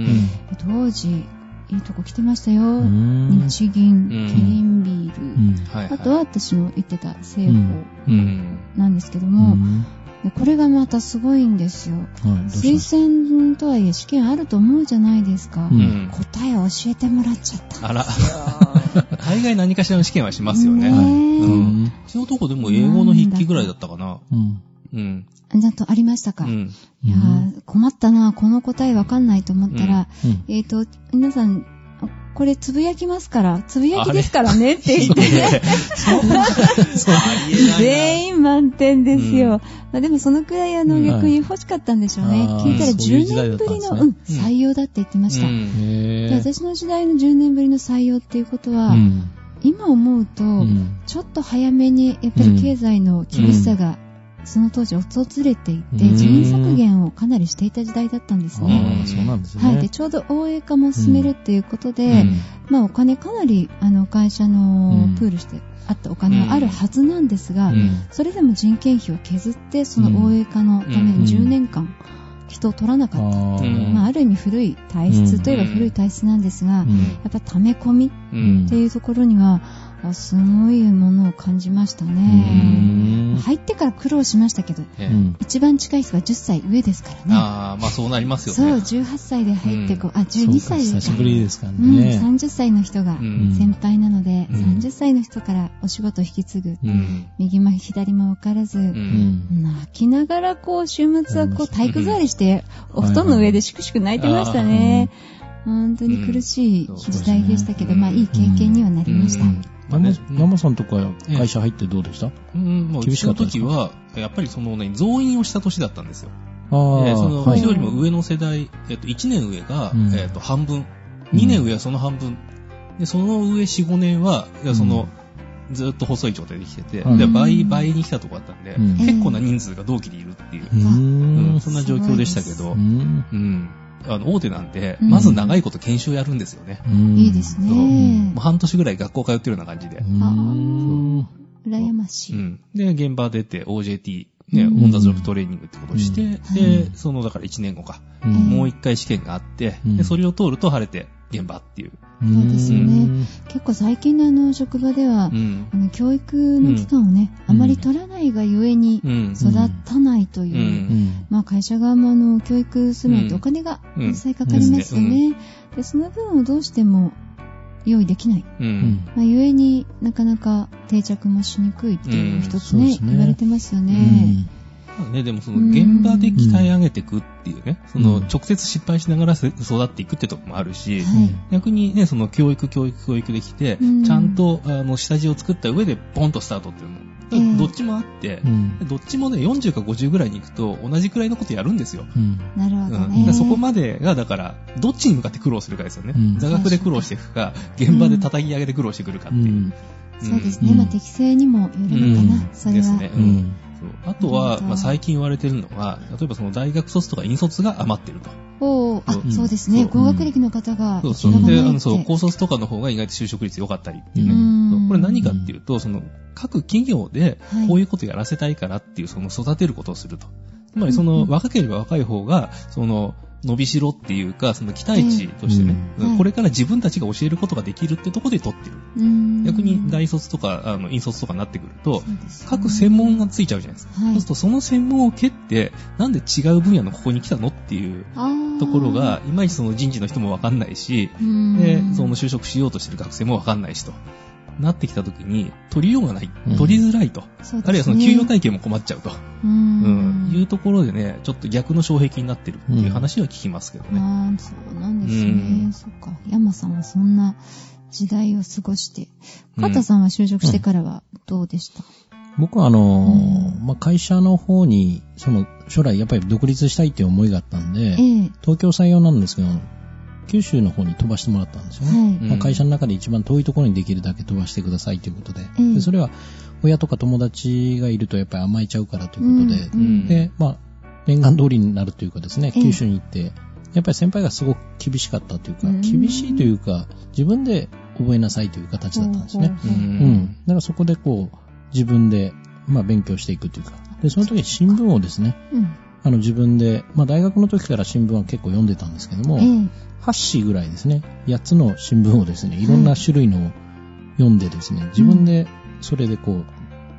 [SPEAKER 1] 当時、いいとこ来てましたよ。
[SPEAKER 2] うん
[SPEAKER 1] 日銀、
[SPEAKER 3] うん
[SPEAKER 1] キリンビール、
[SPEAKER 2] うん。
[SPEAKER 3] はいはい
[SPEAKER 1] あとは私の言ってた政府
[SPEAKER 3] うん
[SPEAKER 1] なんですけど
[SPEAKER 2] う
[SPEAKER 1] も、
[SPEAKER 2] ん
[SPEAKER 1] でこれがまたすごいんですよ。
[SPEAKER 2] はい。どうし
[SPEAKER 1] 推
[SPEAKER 2] まし
[SPEAKER 1] 薦とはいえ試験あると思うじゃないですか。
[SPEAKER 2] うん
[SPEAKER 1] 答えを教えてもらっちゃった。
[SPEAKER 3] あら、大概何かしらの試験はしますよね。
[SPEAKER 1] ねえ
[SPEAKER 2] う
[SPEAKER 3] うん
[SPEAKER 2] ん。
[SPEAKER 3] うちのとこでも英語の筆記ぐらいだったかな。
[SPEAKER 2] うん。
[SPEAKER 3] うん。
[SPEAKER 1] ちゃんとありました
[SPEAKER 3] う
[SPEAKER 1] か、
[SPEAKER 3] ん。
[SPEAKER 1] いやー困ったな、この答えわかんないと思ったら、
[SPEAKER 2] うん
[SPEAKER 1] えっ、と、皆さん、これつぶやきますから、つぶやきですからねって言ってね、全員満点ですよ。
[SPEAKER 3] うん
[SPEAKER 1] まあ、でもそのくらいあの、
[SPEAKER 3] うん
[SPEAKER 1] 逆に欲しかったんでしょうね。
[SPEAKER 2] あー
[SPEAKER 1] 聞いたら
[SPEAKER 2] そういう
[SPEAKER 1] 10
[SPEAKER 2] 時代だ
[SPEAKER 1] 年
[SPEAKER 2] った
[SPEAKER 1] ぶ
[SPEAKER 2] ん
[SPEAKER 1] り
[SPEAKER 2] です
[SPEAKER 1] の、
[SPEAKER 2] ね
[SPEAKER 1] うん、採用だって言ってました。
[SPEAKER 3] うん
[SPEAKER 2] へ
[SPEAKER 1] で
[SPEAKER 2] え。
[SPEAKER 1] 私の時代の10年ぶりの採用っていうことは、
[SPEAKER 2] うん。
[SPEAKER 1] 今思うと、
[SPEAKER 2] うん
[SPEAKER 1] ちょっと早めにやっぱり経済の厳しさが、その当時訪れていて、
[SPEAKER 2] うん
[SPEAKER 1] 人員削減をかなりしていた時代だったんですね。
[SPEAKER 2] ああ、そうなんですね。
[SPEAKER 1] はい、でちょうど OA 化も進めるっていうことで、
[SPEAKER 2] うん
[SPEAKER 1] まあ、お金かなりあの会社
[SPEAKER 2] う
[SPEAKER 1] の
[SPEAKER 2] ん
[SPEAKER 1] プールしてあったお金はあるはずなんですが、
[SPEAKER 2] うん
[SPEAKER 1] それでも人件費を削ってその OA 化のため
[SPEAKER 2] うん
[SPEAKER 1] に10年間人を取らなかった、
[SPEAKER 2] ああ
[SPEAKER 3] うん
[SPEAKER 1] まあ、ある意味古い体質といえば
[SPEAKER 3] うん
[SPEAKER 1] 古い体質なんですが、や
[SPEAKER 2] うん
[SPEAKER 1] っぱ溜め込みっ
[SPEAKER 3] うん
[SPEAKER 1] ていうところにはあすごいものを感じましたね、
[SPEAKER 2] ん
[SPEAKER 1] 入ってから苦労しましたけど
[SPEAKER 3] ええ
[SPEAKER 2] うん
[SPEAKER 1] 一番近い人は10歳上ですからね
[SPEAKER 3] ああ、まあそうなります
[SPEAKER 1] そう
[SPEAKER 3] よね。
[SPEAKER 1] 18歳で入ってこう、あ
[SPEAKER 2] そう
[SPEAKER 1] 12
[SPEAKER 2] か
[SPEAKER 1] 歳です
[SPEAKER 2] 久し
[SPEAKER 1] か
[SPEAKER 2] ぶりですから
[SPEAKER 1] うん、
[SPEAKER 2] ね。
[SPEAKER 1] 30歳の人が
[SPEAKER 3] うん
[SPEAKER 1] 先輩なので、
[SPEAKER 3] うん
[SPEAKER 1] 30歳の人からお仕事を引き継ぐ、
[SPEAKER 3] うん。
[SPEAKER 1] 右も左も分からず、
[SPEAKER 3] う。
[SPEAKER 2] うんん。
[SPEAKER 1] 泣きながらこう週末はこう体育座りして、
[SPEAKER 2] ん
[SPEAKER 1] お布団の上でしくしく泣いてましたね。本当に苦しい時代でしたけど、
[SPEAKER 3] うん
[SPEAKER 1] まあいい経験にはなりました。
[SPEAKER 2] あの、山さんとか会社入ってどうでした
[SPEAKER 3] うん、もう、う
[SPEAKER 2] 厳
[SPEAKER 3] ち
[SPEAKER 2] しか
[SPEAKER 3] の
[SPEAKER 2] ったです
[SPEAKER 3] 時
[SPEAKER 2] か
[SPEAKER 3] は、やっぱりそのね、増員をした年だったんですよ。
[SPEAKER 2] あ
[SPEAKER 3] で
[SPEAKER 2] あ、
[SPEAKER 3] その、
[SPEAKER 2] はい
[SPEAKER 3] 一人よりも上の世代、えっと、1年上が、
[SPEAKER 2] うん
[SPEAKER 3] えっと、半分。2年上はその半分。で、その上4、5年は、いやその、ずっと細い状態で来てて、
[SPEAKER 2] はい
[SPEAKER 3] で、倍、倍に来たとこだったんで、
[SPEAKER 2] うん
[SPEAKER 3] 結構な人数が同期でいるっていう
[SPEAKER 2] う、ん
[SPEAKER 3] うんそんな状況でしたけど、
[SPEAKER 2] うん
[SPEAKER 3] うん。あの、大手なんて、
[SPEAKER 1] うん
[SPEAKER 3] まず長いこと研修やるんですよね。
[SPEAKER 2] うん
[SPEAKER 1] いいですね。
[SPEAKER 2] ん
[SPEAKER 3] もう半年ぐらい学校通ってるような感じで
[SPEAKER 2] う。ん
[SPEAKER 1] 羨まし
[SPEAKER 3] う
[SPEAKER 1] い。
[SPEAKER 3] ん。で、現場出て OJT、ね、
[SPEAKER 1] うん
[SPEAKER 3] オンザジョブトレーニングってことをして、
[SPEAKER 1] う
[SPEAKER 3] で、その、だから1年後か、
[SPEAKER 2] うん
[SPEAKER 3] もう一回試験があって、
[SPEAKER 2] うん
[SPEAKER 3] で、それを通ると晴れて現場っていう。
[SPEAKER 1] そうですよね結構最近のあの職場では
[SPEAKER 3] う、ん。
[SPEAKER 1] あの教育の期間をね、
[SPEAKER 2] うん
[SPEAKER 1] あまり取らないがゆえに
[SPEAKER 3] うん。
[SPEAKER 1] 育たないという、
[SPEAKER 3] うん
[SPEAKER 2] うん
[SPEAKER 1] まあ、会社側もあの教育するのにお金が
[SPEAKER 3] うん
[SPEAKER 1] 実際かかりますよね、でその分をどうしても用意できない、
[SPEAKER 3] う。
[SPEAKER 2] うんん
[SPEAKER 1] まあ、ゆえになかなか定着もしにくいっていうのが一つね,、
[SPEAKER 2] うんそうですね
[SPEAKER 1] 言われてますよ
[SPEAKER 2] う
[SPEAKER 1] ね、
[SPEAKER 2] ん
[SPEAKER 3] まあね、でもその現場で鍛え上げていくっていうね、その
[SPEAKER 2] うん
[SPEAKER 3] 直接失敗しながらせ育っていくってとこもあるし、
[SPEAKER 1] はい
[SPEAKER 3] 逆にね、その教育、教育、教育できて、
[SPEAKER 1] うん
[SPEAKER 3] ちゃんとあの下地を作った上でポンとスタートっていうのも、だからどっちもあって、
[SPEAKER 2] うん
[SPEAKER 3] どっちもね、40か50ぐらいに行くと同じくらいのことやるんですよ。
[SPEAKER 2] うん
[SPEAKER 1] なる
[SPEAKER 3] う
[SPEAKER 1] ほど
[SPEAKER 3] ん、
[SPEAKER 1] ね、
[SPEAKER 3] でそこまでが、だから、どっちに向かって苦労するかですよね。
[SPEAKER 2] うん
[SPEAKER 3] 座学で苦労していくか、現場で叩き上げて苦労してくるかっていう。
[SPEAKER 2] うん
[SPEAKER 1] そうですね、
[SPEAKER 2] うん
[SPEAKER 1] まあ、適正にもよるのかな、
[SPEAKER 2] う
[SPEAKER 1] それは、
[SPEAKER 3] ですね。う
[SPEAKER 2] うんん
[SPEAKER 3] そうあとは、まあ、最近言われてるのは、例えばその大学卒とか引卒が余ってると。
[SPEAKER 1] おーあ、
[SPEAKER 3] うん
[SPEAKER 1] そうですね
[SPEAKER 3] そう
[SPEAKER 1] 高学歴の方が
[SPEAKER 3] そう
[SPEAKER 1] 行
[SPEAKER 3] そ
[SPEAKER 1] き場が
[SPEAKER 3] う。
[SPEAKER 1] な
[SPEAKER 3] で、
[SPEAKER 1] い
[SPEAKER 3] あ
[SPEAKER 1] って
[SPEAKER 3] の、そう、高卒とかの方が意外と就職率良かったりっていう
[SPEAKER 1] う
[SPEAKER 3] ね。そ
[SPEAKER 1] ん
[SPEAKER 3] うこれ何かっていうと、その、各企業で
[SPEAKER 1] はい、
[SPEAKER 3] こういうことやらせたいからっていう、その、育てることをすると。つまり、そ
[SPEAKER 1] うんう
[SPEAKER 3] の、
[SPEAKER 1] ん
[SPEAKER 3] 若ければ若い方が、その、伸びしろっていうか、その期待値としてね、
[SPEAKER 1] うんうんはい
[SPEAKER 3] これから自分たちが教えることができるってところで取ってる。
[SPEAKER 1] うん
[SPEAKER 3] 逆に大卒とか、あの、引率とかになってくる
[SPEAKER 1] そ
[SPEAKER 3] と、
[SPEAKER 1] うですね
[SPEAKER 3] 各専門がついちゃうじゃないですか。
[SPEAKER 1] はい
[SPEAKER 3] そうするとその専門を蹴って、なんで違う分野のここに来たのっていう
[SPEAKER 1] あー
[SPEAKER 3] ところが、いまいちその人事の人もわかんないし、
[SPEAKER 1] うん
[SPEAKER 3] で、その就職しようとしてる学生もわかんないしと。なってきた時に、取りようがない
[SPEAKER 2] うん。
[SPEAKER 3] 取りづらいと。
[SPEAKER 1] そうですね
[SPEAKER 3] あるいはその給与体系も困っちゃうと。
[SPEAKER 1] う
[SPEAKER 3] う
[SPEAKER 1] ん。
[SPEAKER 3] んいうところでね、ちょっと逆の障壁になってるっていう話は聞きますけどね。
[SPEAKER 1] ああ、そうなんですね。
[SPEAKER 3] うん
[SPEAKER 1] そっか。山さんはそんな時代を過ごして、
[SPEAKER 3] うん
[SPEAKER 1] カタさんは就職してからはどうでした、
[SPEAKER 2] 僕はあのー
[SPEAKER 1] う
[SPEAKER 2] まあ、会社の方に、その、将来やっぱり独立したいっていう思いがあったんで、
[SPEAKER 1] ええ。
[SPEAKER 2] 東京採用なんですけど、九州の方に飛ばしてもらったんですよね。
[SPEAKER 1] はい
[SPEAKER 3] うん
[SPEAKER 2] まあ会社の中で一番遠いところにできるだけ飛ばしてくださいということで、
[SPEAKER 1] ええ
[SPEAKER 2] でそれは親とか友達がいるとやっぱり甘えちゃうからということで、
[SPEAKER 1] うんうん
[SPEAKER 2] で、まあ、念願通りになるというかですね、
[SPEAKER 1] ええ
[SPEAKER 2] 九州に行って、やっぱり先輩がすごく厳しかったというか、
[SPEAKER 1] うん
[SPEAKER 2] 厳しいというか、自分で覚えなさいという形だったんですね。
[SPEAKER 1] ほうほうほう
[SPEAKER 2] うん。だからそこでこう、自分で、まあ勉強していくというか、で、その時新聞をですね、
[SPEAKER 1] うん。
[SPEAKER 2] あの自分で、まあ大学の時から新聞は結構読んでたんですけども、
[SPEAKER 1] ええ。
[SPEAKER 2] 8紙ぐらいですね、8つの新聞をですね、いろんな種類のを読んでですね、自分でそれでこう、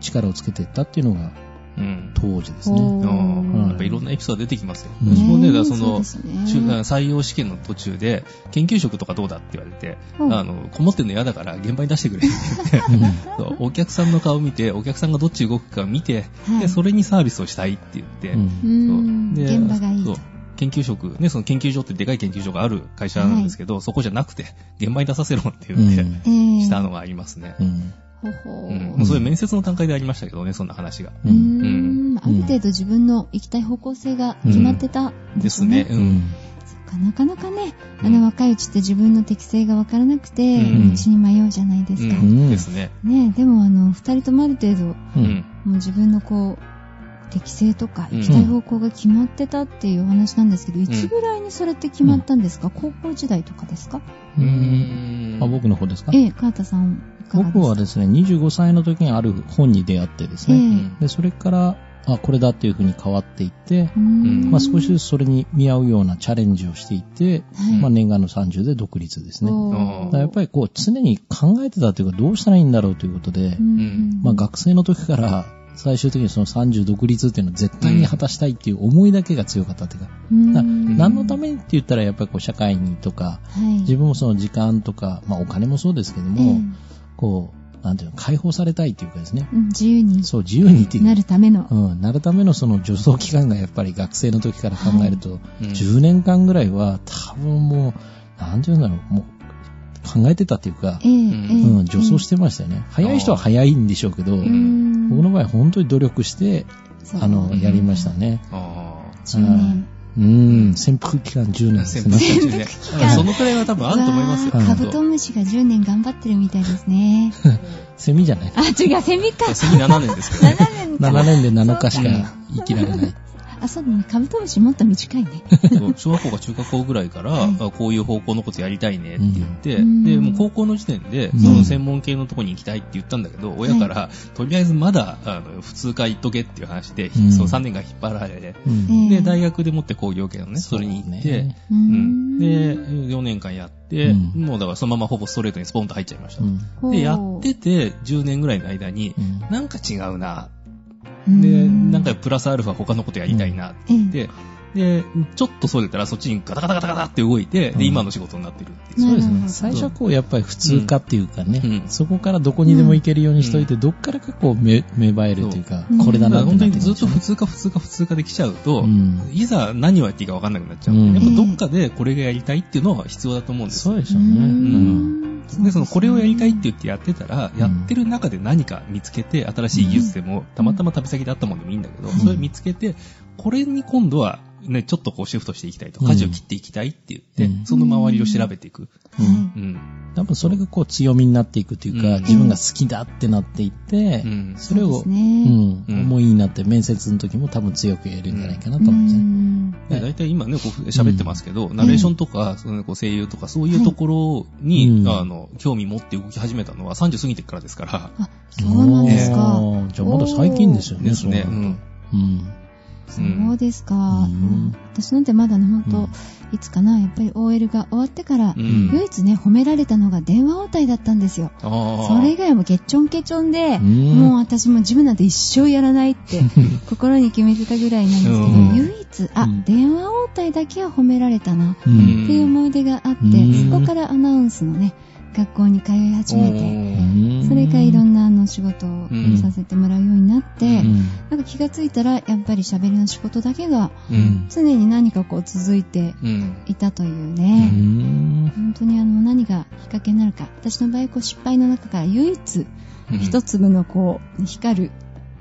[SPEAKER 2] 力をつけていったっていうのが
[SPEAKER 3] うん。
[SPEAKER 2] 当時ですね。
[SPEAKER 1] ほ
[SPEAKER 3] うん
[SPEAKER 2] はい
[SPEAKER 3] やっぱいろんなエピソード出てきますよ。
[SPEAKER 2] うん
[SPEAKER 3] 私もね、だからそ
[SPEAKER 1] そう
[SPEAKER 3] の
[SPEAKER 1] で、すね
[SPEAKER 3] 中採用試験の途中で、研究職とかどうだって言われて、
[SPEAKER 1] うん
[SPEAKER 3] あの、こもってんの嫌だから現場に出してくれって言 って、そうお客さんの顔見て、お客さんがどっち動くか見て、
[SPEAKER 1] は
[SPEAKER 3] で、
[SPEAKER 1] い
[SPEAKER 3] それにサービスをしたいって言って、
[SPEAKER 2] うん
[SPEAKER 1] う。
[SPEAKER 3] そうんで
[SPEAKER 1] 現場がいい
[SPEAKER 3] そう
[SPEAKER 1] と。
[SPEAKER 3] 研究職、ね、その研究所ってでかい研究所がある会社なんですけど、そこじゃなくて、現場に出させろって
[SPEAKER 2] うん
[SPEAKER 3] 言って、
[SPEAKER 1] ええ。
[SPEAKER 3] したのがありますね。
[SPEAKER 2] うん
[SPEAKER 1] ほほ
[SPEAKER 3] う
[SPEAKER 1] うんん
[SPEAKER 3] もうそういう面接の段階でありましたけどね、そんな話が。
[SPEAKER 2] う
[SPEAKER 1] うんん。ある程度自分の行きたい方向性が決まってたん
[SPEAKER 3] で
[SPEAKER 1] ですす
[SPEAKER 3] ね
[SPEAKER 1] ね。。
[SPEAKER 3] う。
[SPEAKER 2] うんん
[SPEAKER 1] そっかなかなかね、
[SPEAKER 3] うん
[SPEAKER 1] あの若いうちって自分の適性がわからなくて、
[SPEAKER 3] うん
[SPEAKER 1] 道に迷うじゃないで
[SPEAKER 3] う
[SPEAKER 1] すか。
[SPEAKER 3] んですね。
[SPEAKER 1] ねでもあの、二人ともある程度、も
[SPEAKER 2] う
[SPEAKER 3] うんん。
[SPEAKER 1] う自分のこう、適性とか
[SPEAKER 3] うん
[SPEAKER 1] 行きたい方向が決まってたっていうお話なんですけど、いつぐらいにそれって決まったんですか、高校時代とかですか
[SPEAKER 2] う
[SPEAKER 3] うんん
[SPEAKER 2] あ僕の方ですか
[SPEAKER 1] ええ、川田さん、いかがですか
[SPEAKER 2] 僕はですね、25歳の時にある本に出会ってですね、
[SPEAKER 1] え
[SPEAKER 2] でそれから、あ、これだっていうふうに変わっていって、
[SPEAKER 1] えうん
[SPEAKER 2] まあ、少しずつそれに見合うようなチャレンジをしていって、
[SPEAKER 1] はい
[SPEAKER 2] まあ、念願の30で独立ですね。
[SPEAKER 1] お
[SPEAKER 3] ああ
[SPEAKER 1] ー
[SPEAKER 2] だからやっぱりこう常に考えてたというかどうしたらいいんだろうということで
[SPEAKER 1] う、ん
[SPEAKER 2] まあ、学生の時から最終的にその30独立っていうのを絶対に果たしたいっていう思いだけが強かったというか、
[SPEAKER 1] うん
[SPEAKER 2] だから
[SPEAKER 1] うん
[SPEAKER 2] 何のためにって言ったらやっぱりこう社会にとか、
[SPEAKER 1] はい。
[SPEAKER 2] 自分もその時間とか、まあお金もそうですけど
[SPEAKER 1] え
[SPEAKER 2] も
[SPEAKER 1] え、
[SPEAKER 2] こう、なんていうの、解放されたいというかですね、
[SPEAKER 1] うん自由に
[SPEAKER 2] そう自由にっていう
[SPEAKER 1] なるための。
[SPEAKER 2] うん、なるためのその助走期間がやっぱり学生の時から考えると、
[SPEAKER 3] うん
[SPEAKER 2] 10年間ぐらいは多分もう、なんていうんだろう、もう考えてたっていうか、
[SPEAKER 1] ええ
[SPEAKER 3] ん
[SPEAKER 1] ええ
[SPEAKER 2] うん、助走してましたよね。早い人は早いんでしょうけど、
[SPEAKER 1] う
[SPEAKER 2] 僕
[SPEAKER 1] ん
[SPEAKER 2] の場合本当に努力して、
[SPEAKER 1] そう
[SPEAKER 2] あの、やりましたね。
[SPEAKER 3] ああ。
[SPEAKER 1] 10年。
[SPEAKER 2] うん、潜伏期間10年です
[SPEAKER 3] 先
[SPEAKER 2] ね
[SPEAKER 3] 輩。中ね。そのくらいは多分あると思いますよ。
[SPEAKER 1] うわー
[SPEAKER 2] は
[SPEAKER 1] カ
[SPEAKER 2] い
[SPEAKER 1] ブトムシが10年頑張ってるみたいです ね。
[SPEAKER 2] セミじゃない。
[SPEAKER 1] あ、違う、セミか。
[SPEAKER 3] 次7年ですけどね。
[SPEAKER 1] 7年か。
[SPEAKER 2] 7年で7日しか生きられない。
[SPEAKER 1] あ、そうだね。カブトムシもっと短いね。
[SPEAKER 3] そう 小学校か中学校ぐらいから、あこういう方向のことやりたいねって言って、
[SPEAKER 1] うん
[SPEAKER 3] で、もう高校の時点で、
[SPEAKER 2] うん
[SPEAKER 3] その専門系のとこに行きたいって言ったんだけど、親から、とりあえずまだ、あの、普通科行っとけっていう話で、
[SPEAKER 2] うん
[SPEAKER 3] その3年間引っ張られて、
[SPEAKER 2] うん
[SPEAKER 1] ええ
[SPEAKER 3] で、大学でもって工業系のね、それに行って、
[SPEAKER 2] ね
[SPEAKER 1] うー
[SPEAKER 3] うん
[SPEAKER 1] ん。
[SPEAKER 3] で、4年間やって、
[SPEAKER 2] うん
[SPEAKER 3] もうだからそのままほぼストレートにスポンと入っちゃいました
[SPEAKER 2] う。ん
[SPEAKER 1] ほう
[SPEAKER 3] で、やって、て、10年ぐらいの間に、
[SPEAKER 2] うん
[SPEAKER 3] なんか違うな。
[SPEAKER 1] うん
[SPEAKER 3] で、なんか、プラスアルファ他のことやりたいなって
[SPEAKER 1] ええ
[SPEAKER 3] 言って、で、ちょっとそれたらそっちにガタガタガタガタって動いて、
[SPEAKER 2] うん
[SPEAKER 3] で、今の仕事になってるっていう。
[SPEAKER 1] な
[SPEAKER 2] そう
[SPEAKER 1] る
[SPEAKER 2] です
[SPEAKER 1] ほど
[SPEAKER 2] ね。最初はこう、やっぱり普通科っていうかね、
[SPEAKER 3] うん
[SPEAKER 2] そこからどこにでも行けるようにしといて、どっからかこう芽、芽生えるというか、
[SPEAKER 1] そう
[SPEAKER 2] これだ
[SPEAKER 3] だか
[SPEAKER 2] な
[SPEAKER 3] ら
[SPEAKER 2] って
[SPEAKER 3] 本当
[SPEAKER 2] なっ
[SPEAKER 3] に
[SPEAKER 2] てく
[SPEAKER 3] ず
[SPEAKER 2] る
[SPEAKER 3] っと普通か普通か普通かで来ちゃうと、
[SPEAKER 2] うん
[SPEAKER 3] いざ何をやっていいか分かんなくなっちゃう、んで、
[SPEAKER 2] う
[SPEAKER 3] や
[SPEAKER 2] ん
[SPEAKER 3] っぱどっかでこれがやりたいっていうのは必要だと思うんですよ
[SPEAKER 2] そうでし
[SPEAKER 1] う
[SPEAKER 2] ょうね。
[SPEAKER 1] ー
[SPEAKER 2] うん
[SPEAKER 1] ん
[SPEAKER 3] で、その、これをやりたいって言ってやってたら、やってる中で何か見つけて、新しい技術でも、たまたま旅先であったものでもいいんだけど、
[SPEAKER 2] ん
[SPEAKER 3] それ見つけて、これに今度は、ね、ちょっとこうシフトしていきたいと、舵を切っていきたいって言っ
[SPEAKER 2] うん
[SPEAKER 3] て、その周りを調べていく。
[SPEAKER 1] は
[SPEAKER 3] うん。
[SPEAKER 2] 多分それがこう強みになっていくというか、
[SPEAKER 3] うん
[SPEAKER 2] 自分が好きだってなっていって、
[SPEAKER 3] うん
[SPEAKER 2] それ
[SPEAKER 1] そ
[SPEAKER 2] を
[SPEAKER 1] うですね。
[SPEAKER 2] うん
[SPEAKER 3] うん
[SPEAKER 2] 思いになって面接の時も多分強くやれるんじゃないかないと思うんですね。
[SPEAKER 3] で大体今ね、こう喋ってますけど、ナレーションとか、そのこう声優とか、そういうところに、
[SPEAKER 2] はい
[SPEAKER 3] あの、興味持って動き始めたのは30過ぎてからですから、
[SPEAKER 1] あ、そうなんですか。
[SPEAKER 2] おーじゃあまだ最近ですよね、
[SPEAKER 3] ですね。
[SPEAKER 2] そううなる
[SPEAKER 3] ん
[SPEAKER 2] と。うん。
[SPEAKER 1] そうですか。
[SPEAKER 2] うん
[SPEAKER 1] 私なんてまだね、ほんと、いつかな、やっぱり OL が終わってから、
[SPEAKER 3] うん
[SPEAKER 1] 唯一ね、褒められたのが電話応対だったんですよ。
[SPEAKER 3] ああ。
[SPEAKER 1] それ以外はもうゲッチョンケチョンで、
[SPEAKER 2] ん
[SPEAKER 1] もう私も自分なんて一生やらないって 心に決めてたぐらいなん
[SPEAKER 3] う
[SPEAKER 1] で
[SPEAKER 3] ん
[SPEAKER 1] すけど、唯一、あ、
[SPEAKER 2] うん
[SPEAKER 1] 電話応対だけは褒められたな、
[SPEAKER 3] う
[SPEAKER 2] う。
[SPEAKER 3] ん
[SPEAKER 1] っていう思い出があって、
[SPEAKER 2] うん
[SPEAKER 1] そこからアナウンスのね、学校に通い始めて、
[SPEAKER 2] うん
[SPEAKER 1] それからいろんなあの仕事を
[SPEAKER 3] うん
[SPEAKER 1] させてもらうようになって、
[SPEAKER 2] うん
[SPEAKER 1] なんか気がついたら、やっぱり喋りの仕事だけが
[SPEAKER 3] おーうん。
[SPEAKER 1] 常に何かこう続いて
[SPEAKER 3] うん。
[SPEAKER 1] いたという
[SPEAKER 2] う
[SPEAKER 1] ね、
[SPEAKER 2] ん
[SPEAKER 1] 本当にあの何がきっかけになるか、私の場合こう失敗の中から唯一一粒のこう光る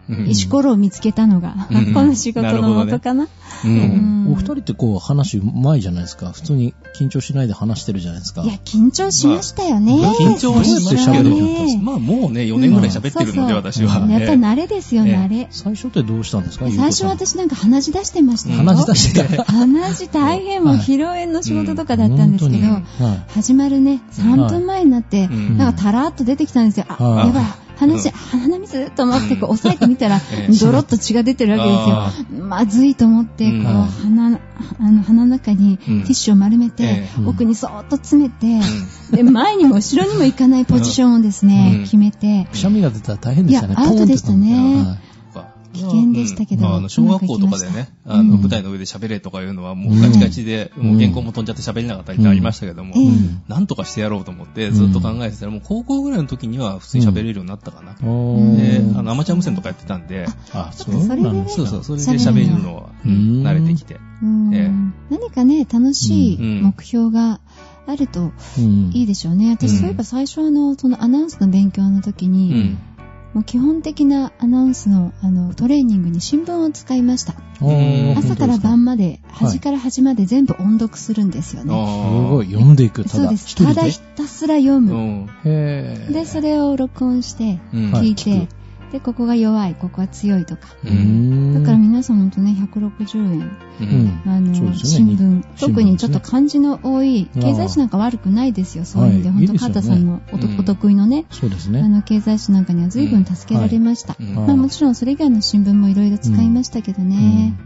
[SPEAKER 3] うん
[SPEAKER 1] 石ころを見つけたのが、
[SPEAKER 3] う ん
[SPEAKER 1] この仕事
[SPEAKER 3] なるほ
[SPEAKER 1] の
[SPEAKER 3] どね
[SPEAKER 1] 元かな。
[SPEAKER 3] う。
[SPEAKER 1] うんん
[SPEAKER 2] お二人ってこう話うまいじゃないですか。普通に緊張しないで話してるじゃないですか。
[SPEAKER 1] いや、緊張しましたよね。
[SPEAKER 3] まあ緊張はしましたけど
[SPEAKER 1] それはね
[SPEAKER 3] まあもうね、4年ぐらい喋ってるので、
[SPEAKER 1] うん
[SPEAKER 3] 私は。
[SPEAKER 1] やっぱ慣れですよ、
[SPEAKER 3] ええ
[SPEAKER 1] 慣れ。
[SPEAKER 2] 最初ってどうしたんですか
[SPEAKER 1] 最初は私なんか鼻血出してましたよ。
[SPEAKER 2] 話し出してた。
[SPEAKER 1] 話大変もう披露宴の仕事とかだったんですけど、
[SPEAKER 2] 本当には
[SPEAKER 1] 始まるね、3分前になって、
[SPEAKER 3] うん
[SPEAKER 1] なんかたらっと出てきたんですよ。
[SPEAKER 2] は
[SPEAKER 1] あ、
[SPEAKER 2] い
[SPEAKER 1] やばい。
[SPEAKER 3] う
[SPEAKER 1] 話、
[SPEAKER 3] ん
[SPEAKER 1] 鼻水と思ってこう押さえてみたら
[SPEAKER 3] ええ、
[SPEAKER 1] ドロッと血が出てるわけですよ。まずいと思って、こ
[SPEAKER 3] う
[SPEAKER 1] う、
[SPEAKER 3] ん
[SPEAKER 1] 鼻、あの、鼻の中にテ
[SPEAKER 3] うん
[SPEAKER 1] ィッシュを丸め
[SPEAKER 3] え
[SPEAKER 1] て
[SPEAKER 2] え、
[SPEAKER 1] 奥にそーっと詰めて、で、前にも後ろにも行かないポジションをです
[SPEAKER 3] うん
[SPEAKER 1] ね、決めて
[SPEAKER 2] い。、くしゃみが出たら大変でしたね。
[SPEAKER 1] いやアウトでしたね
[SPEAKER 2] ポーンって
[SPEAKER 1] 危険でしたけど
[SPEAKER 3] うんまああの小学校とかでね、あの、
[SPEAKER 2] うん
[SPEAKER 3] 舞台の上で喋れとかいうのはもうガチガチで、
[SPEAKER 2] うん
[SPEAKER 3] もう原稿も飛んじゃって喋れなかったりってありましたけども、
[SPEAKER 1] うんええ
[SPEAKER 3] なんとかしてやろうと思ってずっと考えてたら、もう高校ぐらいの時には普通に喋れるようになったかな。
[SPEAKER 2] なお
[SPEAKER 3] で、あ
[SPEAKER 2] ー
[SPEAKER 3] の、アマチュア無線とかやってたんで、
[SPEAKER 2] あ、
[SPEAKER 1] ちょ
[SPEAKER 2] そ
[SPEAKER 1] っと
[SPEAKER 2] う
[SPEAKER 1] それでね
[SPEAKER 2] なんです
[SPEAKER 3] そう
[SPEAKER 2] か。
[SPEAKER 3] そう、それで喋れるのは、う
[SPEAKER 2] うんん
[SPEAKER 3] 慣れてきて。
[SPEAKER 1] うん
[SPEAKER 3] ええ
[SPEAKER 1] 何かね、楽しい
[SPEAKER 3] うん
[SPEAKER 1] 目標があると
[SPEAKER 2] うん
[SPEAKER 1] いいでしょうね。
[SPEAKER 3] う
[SPEAKER 1] 私、
[SPEAKER 3] ん
[SPEAKER 1] そういえば最初あの、そのアナウンスの勉強の時
[SPEAKER 3] う
[SPEAKER 1] に、
[SPEAKER 3] ん。
[SPEAKER 1] もう基本的なアナウンスのあのトレーニングに新聞を使いました。
[SPEAKER 2] おー
[SPEAKER 3] うん
[SPEAKER 1] 朝から
[SPEAKER 2] 本
[SPEAKER 1] 晩まで、
[SPEAKER 2] はい
[SPEAKER 1] 端から端まで全部音読するんですよね。
[SPEAKER 2] 当ですかすご
[SPEAKER 3] い。
[SPEAKER 2] い、読んでいく、た
[SPEAKER 1] そう
[SPEAKER 2] だ。
[SPEAKER 1] です。ただひたすら読
[SPEAKER 3] う
[SPEAKER 1] む。
[SPEAKER 3] ん。
[SPEAKER 2] へー
[SPEAKER 1] で、それを録音して、
[SPEAKER 3] うん
[SPEAKER 2] は
[SPEAKER 1] 聞いて、
[SPEAKER 2] 聞
[SPEAKER 1] で、ここが弱い、ここは強いとか。
[SPEAKER 2] う
[SPEAKER 3] う
[SPEAKER 2] ー
[SPEAKER 3] ん。
[SPEAKER 2] ん
[SPEAKER 1] だから皆さん本当ね、160円。
[SPEAKER 3] う。
[SPEAKER 2] うんん
[SPEAKER 1] あの、
[SPEAKER 2] そうですよ
[SPEAKER 1] 新
[SPEAKER 2] ね
[SPEAKER 1] 聞。
[SPEAKER 2] 新聞
[SPEAKER 1] 特にちょっと漢字の多い、
[SPEAKER 2] うん
[SPEAKER 1] 経済誌なんか悪くないですよ。そういう意味で、
[SPEAKER 2] はい
[SPEAKER 1] 本当
[SPEAKER 2] いいです
[SPEAKER 1] カ
[SPEAKER 2] よね
[SPEAKER 1] タさんのお,、
[SPEAKER 3] うん
[SPEAKER 1] お得意のね、
[SPEAKER 2] そうです
[SPEAKER 1] あ
[SPEAKER 2] ね。
[SPEAKER 1] の、経済誌なんかには随分助けられました。
[SPEAKER 3] うん
[SPEAKER 1] まあ
[SPEAKER 2] うん
[SPEAKER 1] もちろんそれ以外の新聞もいろいろ使いましたけど
[SPEAKER 2] う
[SPEAKER 1] ね
[SPEAKER 2] ん、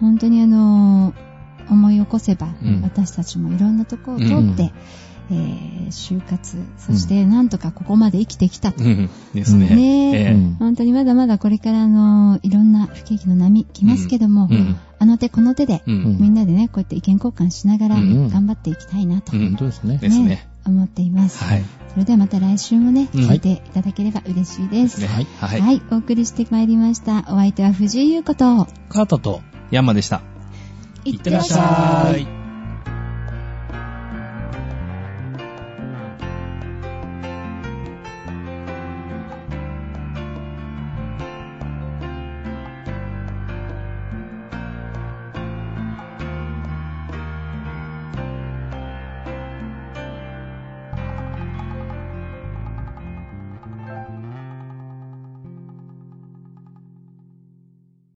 [SPEAKER 1] 本当にあのー思い起こせば、
[SPEAKER 3] うん
[SPEAKER 1] 私たちもいろんなところを通って、えー就活、そしてなんとかここまで生きてきたと。
[SPEAKER 3] うん。ですね。
[SPEAKER 1] ねえ
[SPEAKER 3] ええ
[SPEAKER 2] うん
[SPEAKER 1] 本当にまだまだこれからあのーいろんな不景気の波来ますけども、
[SPEAKER 3] うん。
[SPEAKER 1] あの手この手で、
[SPEAKER 3] うん。
[SPEAKER 2] ん
[SPEAKER 1] みんなでね、こうやって意見交換しながら
[SPEAKER 3] うん
[SPEAKER 1] 頑張っていきたいなと、
[SPEAKER 3] うん
[SPEAKER 2] 本当ですね。
[SPEAKER 3] ですね。
[SPEAKER 1] 思っています。
[SPEAKER 3] はい。
[SPEAKER 1] それではまた来週もね、
[SPEAKER 3] うん
[SPEAKER 1] 聞いていただければ嬉しいです。
[SPEAKER 3] ね
[SPEAKER 2] はい
[SPEAKER 3] はい。
[SPEAKER 1] はい、お送りしてまいりました。お相手は藤井優子と、
[SPEAKER 2] カータと、
[SPEAKER 3] ヤンマでした。
[SPEAKER 1] い
[SPEAKER 3] い。